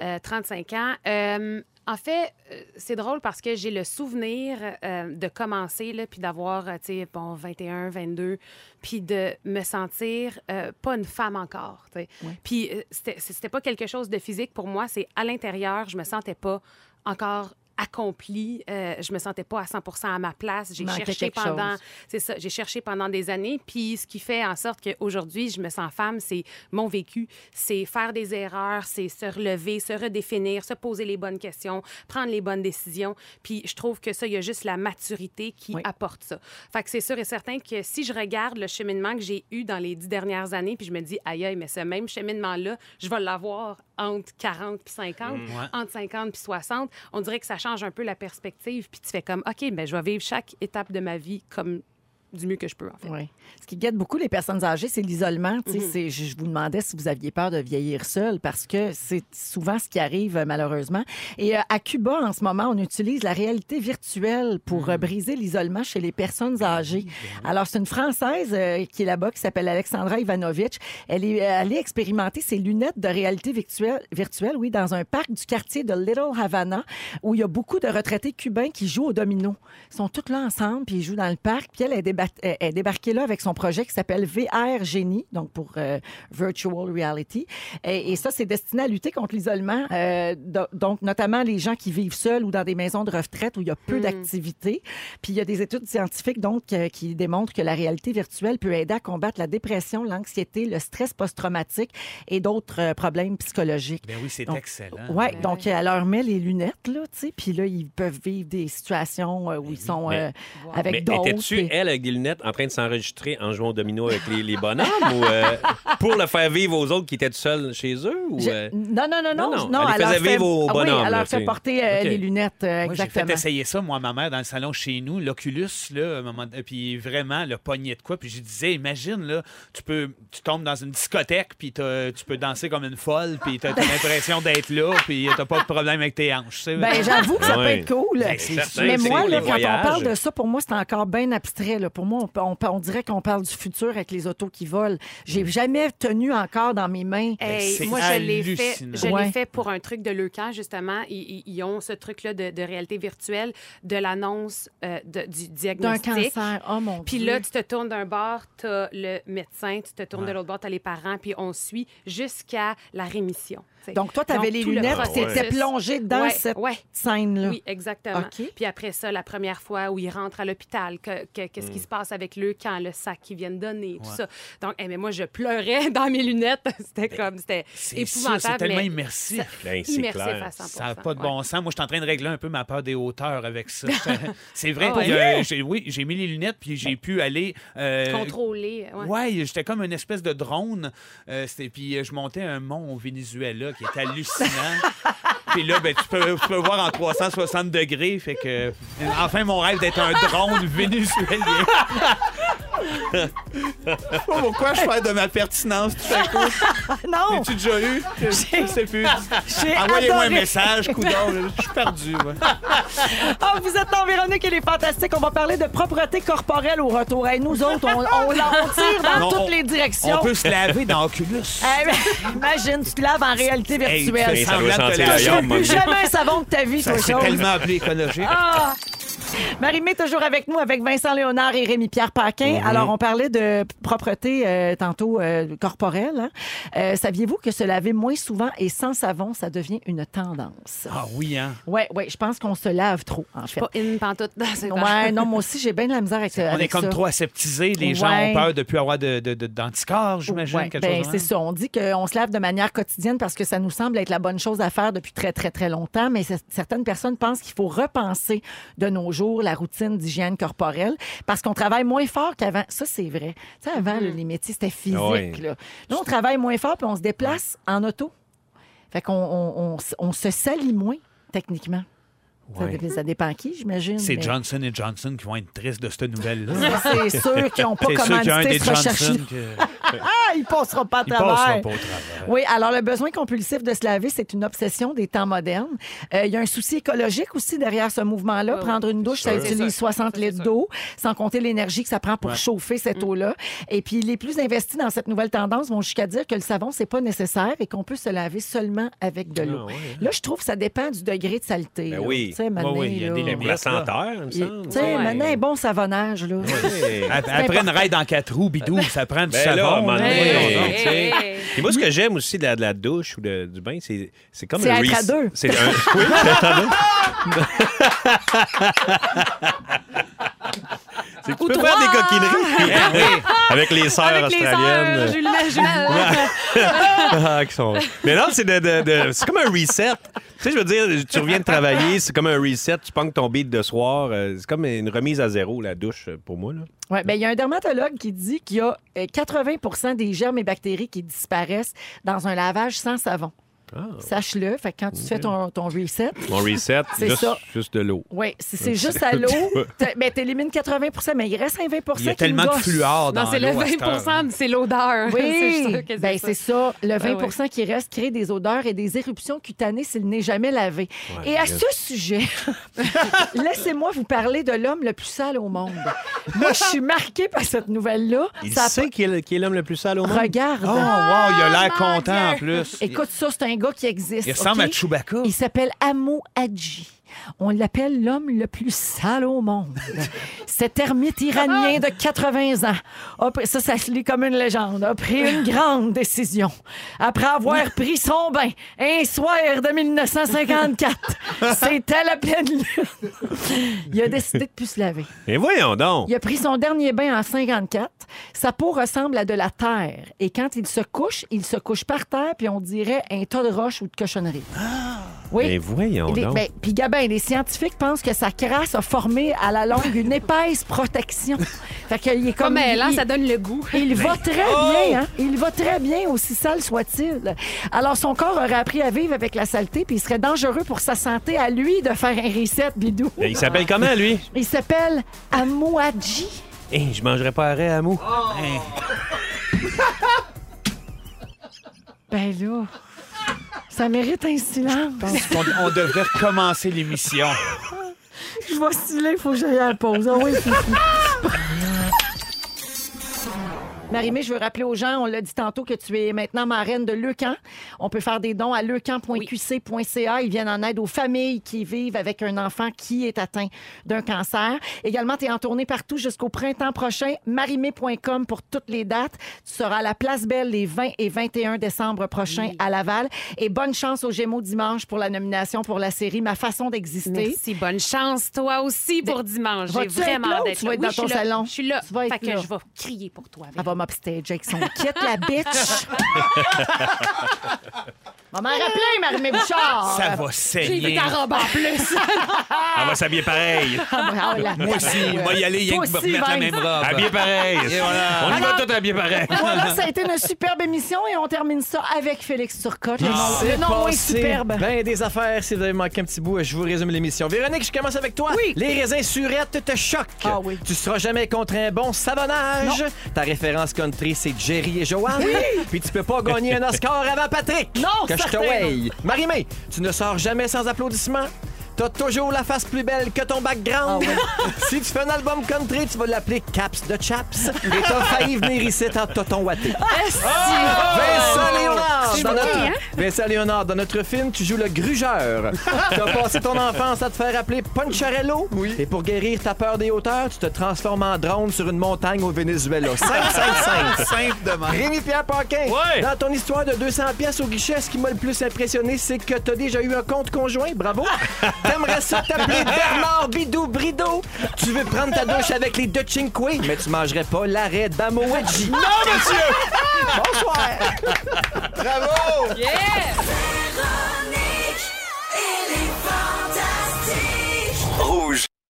S4: Euh, 35 ans. Euh, en fait, euh, c'est drôle parce que j'ai le souvenir euh, de commencer, là, puis d'avoir, euh, tu sais, bon, 21, 22, puis de me sentir euh, pas une femme encore, tu sais.
S2: Ouais.
S4: Puis euh, c'était- c'était pas quelque chose de physique pour moi, c'est à l'intérieur, je me sentais pas encore accomplie, euh, je me sentais pas à 100% à ma place, j'ai
S2: Manquait
S4: cherché
S2: quelque chose.
S4: pendant c'est ça, j'ai cherché pendant des années. Puis ce qui fait en sorte qu'aujourd'hui, je me sens femme, c'est mon vécu, c'est faire des erreurs, c'est se relever, se redéfinir, se poser les bonnes questions, prendre les bonnes décisions. Puis je trouve que ça, il y a juste la maturité qui
S2: Oui.
S4: apporte ça. Fait que c'est sûr et certain que si je regarde le cheminement que j'ai eu dans les dix dernières années, puis je me dis, aïe, aïe, mais ce même cheminement-là, je vais l'avoir entre 40 puis 50,
S3: ouais.
S4: entre 50 puis 60, on dirait que ça change un peu la perspective, puis tu fais comme, OK, ben, je vais vivre chaque étape de ma vie comme du mieux que je peux, en fait.
S2: Oui. Ce qui guette beaucoup les personnes âgées, c'est l'isolement. Tu sais, c'est- Je je vous demandais si vous aviez peur de vieillir seul parce que c'est souvent ce qui arrive, euh, malheureusement. Et euh, à Cuba, en ce moment, on utilise la réalité virtuelle pour euh, briser l'isolement chez les personnes âgées. Alors, c'est une Française euh, qui est là-bas, qui s'appelle Alexandra Ivanovitch. Elle est euh, allée expérimenter ses lunettes de réalité virtuelle, virtuelle, oui, dans un parc du quartier de Little Havana où il y a beaucoup de retraités cubains qui jouent au domino. Ils sont tous là ensemble, puis ils jouent dans le parc. Puis elle elle est, déba- elle est débarquée là avec son projet qui s'appelle VR Génie, donc pour euh, Virtual Reality. Et, et ça, c'est destiné à lutter contre l'isolement, euh, do- donc notamment les gens qui vivent seuls ou dans des maisons de retraite où il y a peu d'activités. Puis il y a des études scientifiques, donc, euh, qui démontrent que la réalité virtuelle peut aider à combattre la dépression, l'anxiété, le stress post-traumatique et d'autres euh, problèmes psychologiques.
S3: Ben oui, c'est
S2: Donc,
S3: excellent.
S1: Hein?
S2: Oui,
S4: Ben
S2: donc elle leur met les lunettes, là, tu sais, puis là, ils peuvent vivre des situations euh, où ils sont
S1: Mhm. Mais-
S2: euh, avec
S1: Mais
S2: d'autres.
S1: étais-tu,
S2: puis-
S1: elle, avec des lunettes, en train de s'enregistrer en jouant au domino avec les, les bonhommes ou euh, pour le faire vivre aux autres qui étaient seuls chez eux? Ou,
S2: Je-
S1: euh,
S2: Non, non, non, non.
S1: Non, non,
S2: non,
S1: elle les
S2: leur
S1: faisait
S2: fait-
S1: vivre au
S2: Ah
S1: bonhomme,
S2: Oui, elle
S1: là,
S2: leur
S1: tu sais.
S2: fait porter euh,
S1: OK.
S2: les lunettes, euh,
S3: Moi, j'ai fait
S2: exactement.
S3: essayer ça, moi, à ma mère, dans le salon chez nous, l'Oculus, là, à un moment- euh, puis vraiment, le poignet de quoi, puis je disais, imagine, là, tu peux, tu tombes dans une discothèque, puis t'as- tu peux danser comme une folle, puis t'as t'as l'impression d'être là, puis t'as pas de problème avec tes hanches, tu sais.
S2: Ben, j'avoue que ça peut
S1: Ouais.
S2: être cool.
S3: Ben, c'est certain,
S2: Mais
S3: c'est
S2: moi,
S3: cool,
S2: là,
S3: les
S2: quand on
S1: voyages.
S2: parle de ça, pour moi, c'est encore bien abstrait. là. Pour moi, on, on- on dirait qu'on parle du futur avec les autos qui volent. J'ai jamais tenu encore dans mes mains.
S4: Hey,
S3: c'est
S4: moi, je l'ai fait,
S3: hallucinant.
S4: je l'ai
S2: Ouais.
S4: fait pour un truc de Leucan, justement. Ils, ils- ils ont ce truc-là de, de réalité virtuelle, de l'annonce euh, de- du
S2: D'un
S4: diagnostic.
S2: cancer. Oh mon
S4: Puis
S2: Dieu.
S4: là, tu te tournes d'un bord, t'as le médecin, tu te tournes de l'autre bord, t'as les parents, puis on suit jusqu'à la rémission. tu sais.
S2: Donc, toi, t'avais les
S4: tout le
S2: lunettes,
S4: processus.
S2: t'étais plongé dans
S4: Ouais,
S2: cette
S4: ouais.
S2: scène-là.
S4: Oui, exactement.
S2: OK.
S4: Puis après ça, la première fois où il rentre à l'hôpital, que- que- qu'est-ce qui se passe avec le camp, le sac qu'ils viennent donner, tout ça. Donc, eh, mais moi, je pleurais dans mes lunettes. C'était comme, c'était
S3: c'est ça,
S4: épouvantable.
S3: c'est tellement
S4: mais
S3: immersif.
S4: ça-
S1: Ben, c'est
S4: immersif
S1: clair.
S4: à 100
S3: Ça n'a pas de bon sens. Moi, je suis en train de régler un peu ma peur des hauteurs avec ça. c'est vrai.
S4: Ah ouais?
S3: puis,
S4: Ben,
S3: euh, j'ai- oui, j'ai mis les lunettes, puis j'ai pu aller... euh,
S4: Contrôler. ouais.
S3: Ouais, j'étais comme une espèce de drone. Euh, c'était- puis euh, je montais un mont au Venezuela qui est hallucinant. puis là, ben, tu, peux, tu peux voir en 360 degrés. Fait que, enfin, mon rêve d'être un drone vénézuélien. Je sais pas pourquoi je parle de ma pertinence tout à coup.
S2: Non,
S3: As-tu déjà eu? Je sais plus.
S2: j'ai
S3: Ah, Envoyez-moi un
S2: adoré.
S3: message, coudon. Je suis perdu. ouais.
S2: Ah, vous êtes dans Véronique et les Fantastiques. On va parler de propreté corporelle au retour. Et nous autres, on, on- on tire dans
S3: Non,
S2: toutes
S3: on-
S2: les directions.
S3: On peut se laver dans Oculus.
S2: Eh ben, imagine, tu te laves en réalité
S3: Hey, tu fais
S2: virtuelle.
S1: ça doit
S3: semblant de te
S1: sentir la
S2: Tu
S3: laver.
S1: yum.
S2: plus jamais un savon de ta vie,
S3: Ça
S2: toi,
S3: serait
S2: chose.
S3: tellement appelé écologique.
S2: Ah! Marie-Mé, toujours avec nous, avec Vincent Léonard et Rémi-Pierre Paquin.
S3: Mhm.
S2: Alors, on parlait de propreté euh, tantôt euh, corporelle. hein. Euh, Saviez-vous que se laver moins souvent et sans savon, ça devient une tendance?
S3: Ah oui, hein?
S2: Oui, oui, je pense qu'on se lave trop, en fait.
S4: Pas une pantoute dans ce
S2: Ouais, non, moi aussi, j'ai bien de la misère avec ça.
S3: On est comme trop aseptisés. Les gens
S2: Ouais.
S3: ont peur de plus avoir de, de- de- d'anticorps, j'imagine.
S2: Ouais,
S3: quelque
S2: ben,
S3: chose hein. de
S2: c'est
S3: même.
S2: ça. On dit qu'on se lave de manière quotidienne parce que ça nous semble être la bonne chose à faire depuis très, très, très longtemps. Mais c'est- certaines personnes pensent qu'il faut repenser de nos jours la routine d'hygiène corporelle parce qu'on travaille moins fort qu'avant. Ça, c'est vrai. Tu sais, avant, là, les métiers, c'était physique.
S1: Ouais.
S2: Là. Là, on travaille moins fort puis on se déplace en auto. Fait qu'on on, on s- on se salit moins, techniquement. Ça,
S1: Ouais.
S2: dé- ça dépend à qui, j'imagine.
S3: C'est
S2: mais-
S3: Johnson et Johnson qui vont être tristes de cette nouvelle-là.
S2: Ça, C'est sûr qu'ils n'ont pas
S3: C'est sûr qu'il y a un
S2: commandité
S3: des
S2: cette recherche
S3: Johnson qui
S2: Ah, il passera pas à
S3: qui
S2: travers.
S3: passera pas au travers.
S2: Oui, alors le besoin compulsif de se laver, c'est une obsession des temps modernes. Euh, Il y a un souci écologique aussi derrière ce mouvement-là.
S4: Ouais,
S2: Prendre une douche, ça
S1: sûr.
S4: Ah C'est
S2: utilise
S4: sûr.
S2: 60
S4: Ça, Mm. c'est
S2: litres
S4: sûr.
S2: d'eau, sans compter l'énergie que ça prend pour chauffer cette eau-là. Et puis les plus investis dans cette nouvelle tendance vont jusqu'à dire que le savon, c'est pas nécessaire et qu'on peut se laver seulement avec de l'eau.
S1: Ah, ouais, hein.
S2: Là, je trouve que ça dépend du degré de saleté.
S1: Ben
S2: là.
S1: oui.
S2: Tu sais,
S3: Ouais,
S2: maintenant,
S3: oui, il y a
S2: là,
S3: des
S1: Pour
S3: limites.
S1: la senteur, il me semble.
S2: Tu sais,
S4: Ouais.
S2: maintenant, un bon savonnage, là.
S1: Ouais.
S3: Ap- Après une ride en quatre roues, bidou, ça prend du
S1: Ben là, à un
S3: savon.
S1: moment
S3: là.
S1: donné,
S4: Hey,
S1: on-
S4: hey,
S1: tu sais.
S4: hey.
S1: Puis moi, ce que j'aime aussi de la, de la douche ou de- du bain, c'est c'est comme
S2: C'est
S1: un
S2: être à
S1: reset-
S2: deux.
S1: C'est un... Oui, c'est être à deux. C'est que tu peux faire des coquineries Eh avec les sœurs
S4: Avec les
S1: australiennes.
S4: sœurs, jumelles, jumelles.
S1: Ah, qui sont- Mais non, c'est de- de- de- c'est comme un reset. Tu sais, je veux dire, tu reviens de travailler, c'est comme un reset. Tu ponges ton beat de soir. euh, C'est comme une remise à zéro, la douche, euh, pour moi. Là.
S2: Oui, ben, il y a un dermatologue qui dit qu'il y a euh, 80 des germes et bactéries qui disparaissent dans un lavage sans savon.
S3: Ah.
S2: Sache-le. Fait que quand tu fais ton, ton reset,
S1: On reset,
S2: C'est
S1: juste,
S2: ça.
S1: juste de l'eau.
S2: oui, si c'est juste à l'eau, t'as- ben, t'élimines 80 mais il reste un 20
S3: Il y a
S2: qui nous
S3: tellement de
S2: gosse.
S3: fluor Oh, dans
S4: Non, c'est le
S3: l'eau à cette heure.
S4: 20 c'est l'odeur. c'est
S2: Oui,
S4: sûr que
S2: ben,
S4: ça.
S2: c'est ça. Le 20
S4: Ah ouais.
S2: qui reste crée des odeurs et des éruptions cutanées s'il n'est jamais lavé. et à ce sujet, laissez-moi vous parler de l'homme le plus sale au monde. Moi, je suis marquée par cette nouvelle-là.
S1: Il
S2: Ça a
S1: sait qu'il est, qu'il est l'homme le plus sale au
S2: pas-
S1: monde.
S2: Regarde.
S3: Oh, wow, il a l'air
S4: mon
S3: content en
S4: Dieu.
S3: plus.
S2: Écoute ça, c'est un gars qui existe.
S3: il ressemble
S2: OK?
S3: à Chewbacca.
S2: Il s'appelle Amo Hadji. On l'appelle l'homme le plus sale au monde. Cet ermite iranien de 80 ans, a pris- ça, ça se lit comme une légende, a pris une grande décision. Après avoir pris son bain un soir de 1954, c'était la pleine lune. Il a décidé de plus se laver.
S1: Mais voyons donc.
S2: Il a pris son dernier bain en 54. Sa peau ressemble à de la terre. Et quand il se couche, il se couche par terre, puis on dirait un tas de roches ou de cochonneries. Oui.
S1: Mais Ah! voyons
S2: Les-
S1: donc.
S2: ben, Puis Gabin, les scientifiques pensent que sa crasse a formé à la longue une épaisse protection. Fait qu'il est comme...
S4: Comme elle, hein,
S2: il-
S4: ça donne le goût.
S2: il va très
S1: Oh!
S2: bien, hein? Il va très bien, aussi sale soit-il. Alors, son corps aurait appris à vivre avec la saleté, puis il serait dangereux pour sa santé à lui de faire un reset, bidou.
S1: Mais Ben, Il
S2: Ah.
S1: s'appelle comment, lui?
S2: Il s'appelle Amouadji.
S1: Hey, je mangerai pas arrêt à mou.
S2: Ben là, ça mérite un silence.
S3: On, on devrait recommencer l'émission.
S2: Je vais styler, il faut que j'aille à la pause. Ah oui, Fifi. Marie-Mé, je veux rappeler aux gens, on l'a dit tantôt, que tu es maintenant marraine de Leucan. On peut faire des dons à leucan.qc.ca. Ils viennent en aide aux familles qui vivent avec un enfant qui est atteint d'un cancer. Également, tu es en tournée partout jusqu'au printemps prochain. marimé.com pour toutes les dates. Tu seras à la Place Belle les 20 et 21 décembre prochains à Laval. Et bonne chance aux Gémeaux dimanche pour la nomination pour la série Ma façon d'exister.
S4: Merci, bonne chance toi aussi pour dimanche. J'ai
S2: Ben, Vas-tu être
S4: vraiment
S2: là ou
S4: d'être
S2: tu vas être
S4: Oui,
S2: dans
S4: je suis
S2: ton
S4: là.
S2: salon?
S4: Je suis là.
S2: Tu vas être
S4: fait que
S2: là. Ah,
S4: je vais crier pour toi.
S2: Elle va m'upstage avec son kit, la bitch. On m'en rappeler, Marie-Mé Bouchard.
S3: Ça va
S4: J'ai vu
S3: saigner.
S4: ta robe en plus.
S3: Ah!
S1: Elle va s'habiller pareil.
S2: Ah, la-
S3: Moi aussi, moi y aller, rien
S2: Toi
S3: que me
S2: aussi,
S3: remettre la
S2: Vince.
S3: même robe.
S1: Habillé pareil.
S3: ben. Et voilà.
S1: On y va tous habillés pareil.
S2: Voilà, ça a été une superbe émission et on termine ça avec Félix Turcotte.
S3: Ah,
S2: Le nom-
S7: C'est
S2: le nom moins
S7: passé
S2: superbe.
S7: Ben des affaires. Si vous avez manqué un petit bout, je vous résume l'émission. Véronique, je commence avec toi.
S2: Oui.
S7: Les raisins surettes te choquent.
S2: Ah oui.
S7: Tu seras jamais contre un bon savonnage. Ta référence country, c'est Jerry et Joanne. Puis tu peux pas gagner un Oscar avant Patrick.
S2: Non,
S7: Que je te
S2: certain.
S7: weigh. Marie-Mé, tu ne sors jamais sans applaudissements. T'as toujours la face plus belle que ton background.
S2: Ah
S7: si tu fais un album country, tu vas l'appeler Caps de Chaps. Et t'as failli venir ici en toton watté.
S3: Ah!
S7: Vincent Léonard! Dans notre...
S4: hein?
S7: Vincent Léonard, dans notre film, tu joues le grugeur. tu as passé ton enfance à te faire appeler Poncharello. Et pour guérir ta peur des hauteurs, tu te transformes en drone sur une montagne au Venezuela. 5, 5, 5.
S3: Simple demain.
S7: Rémi-Pierre Paquin,
S1: Ouais.
S7: dans ton histoire de 200 pièces au guichet, ce qui m'a le plus impressionné, c'est que t'as déjà eu un compte conjoint. Bravo! T'aimerais ça t'appeler Bernard Bidou Brido? Tu veux prendre ta douche avec les deux Chinkwe, mais tu mangerais pas l'arrêt d'Amoeji.
S1: Non, monsieur!
S7: Bonsoir!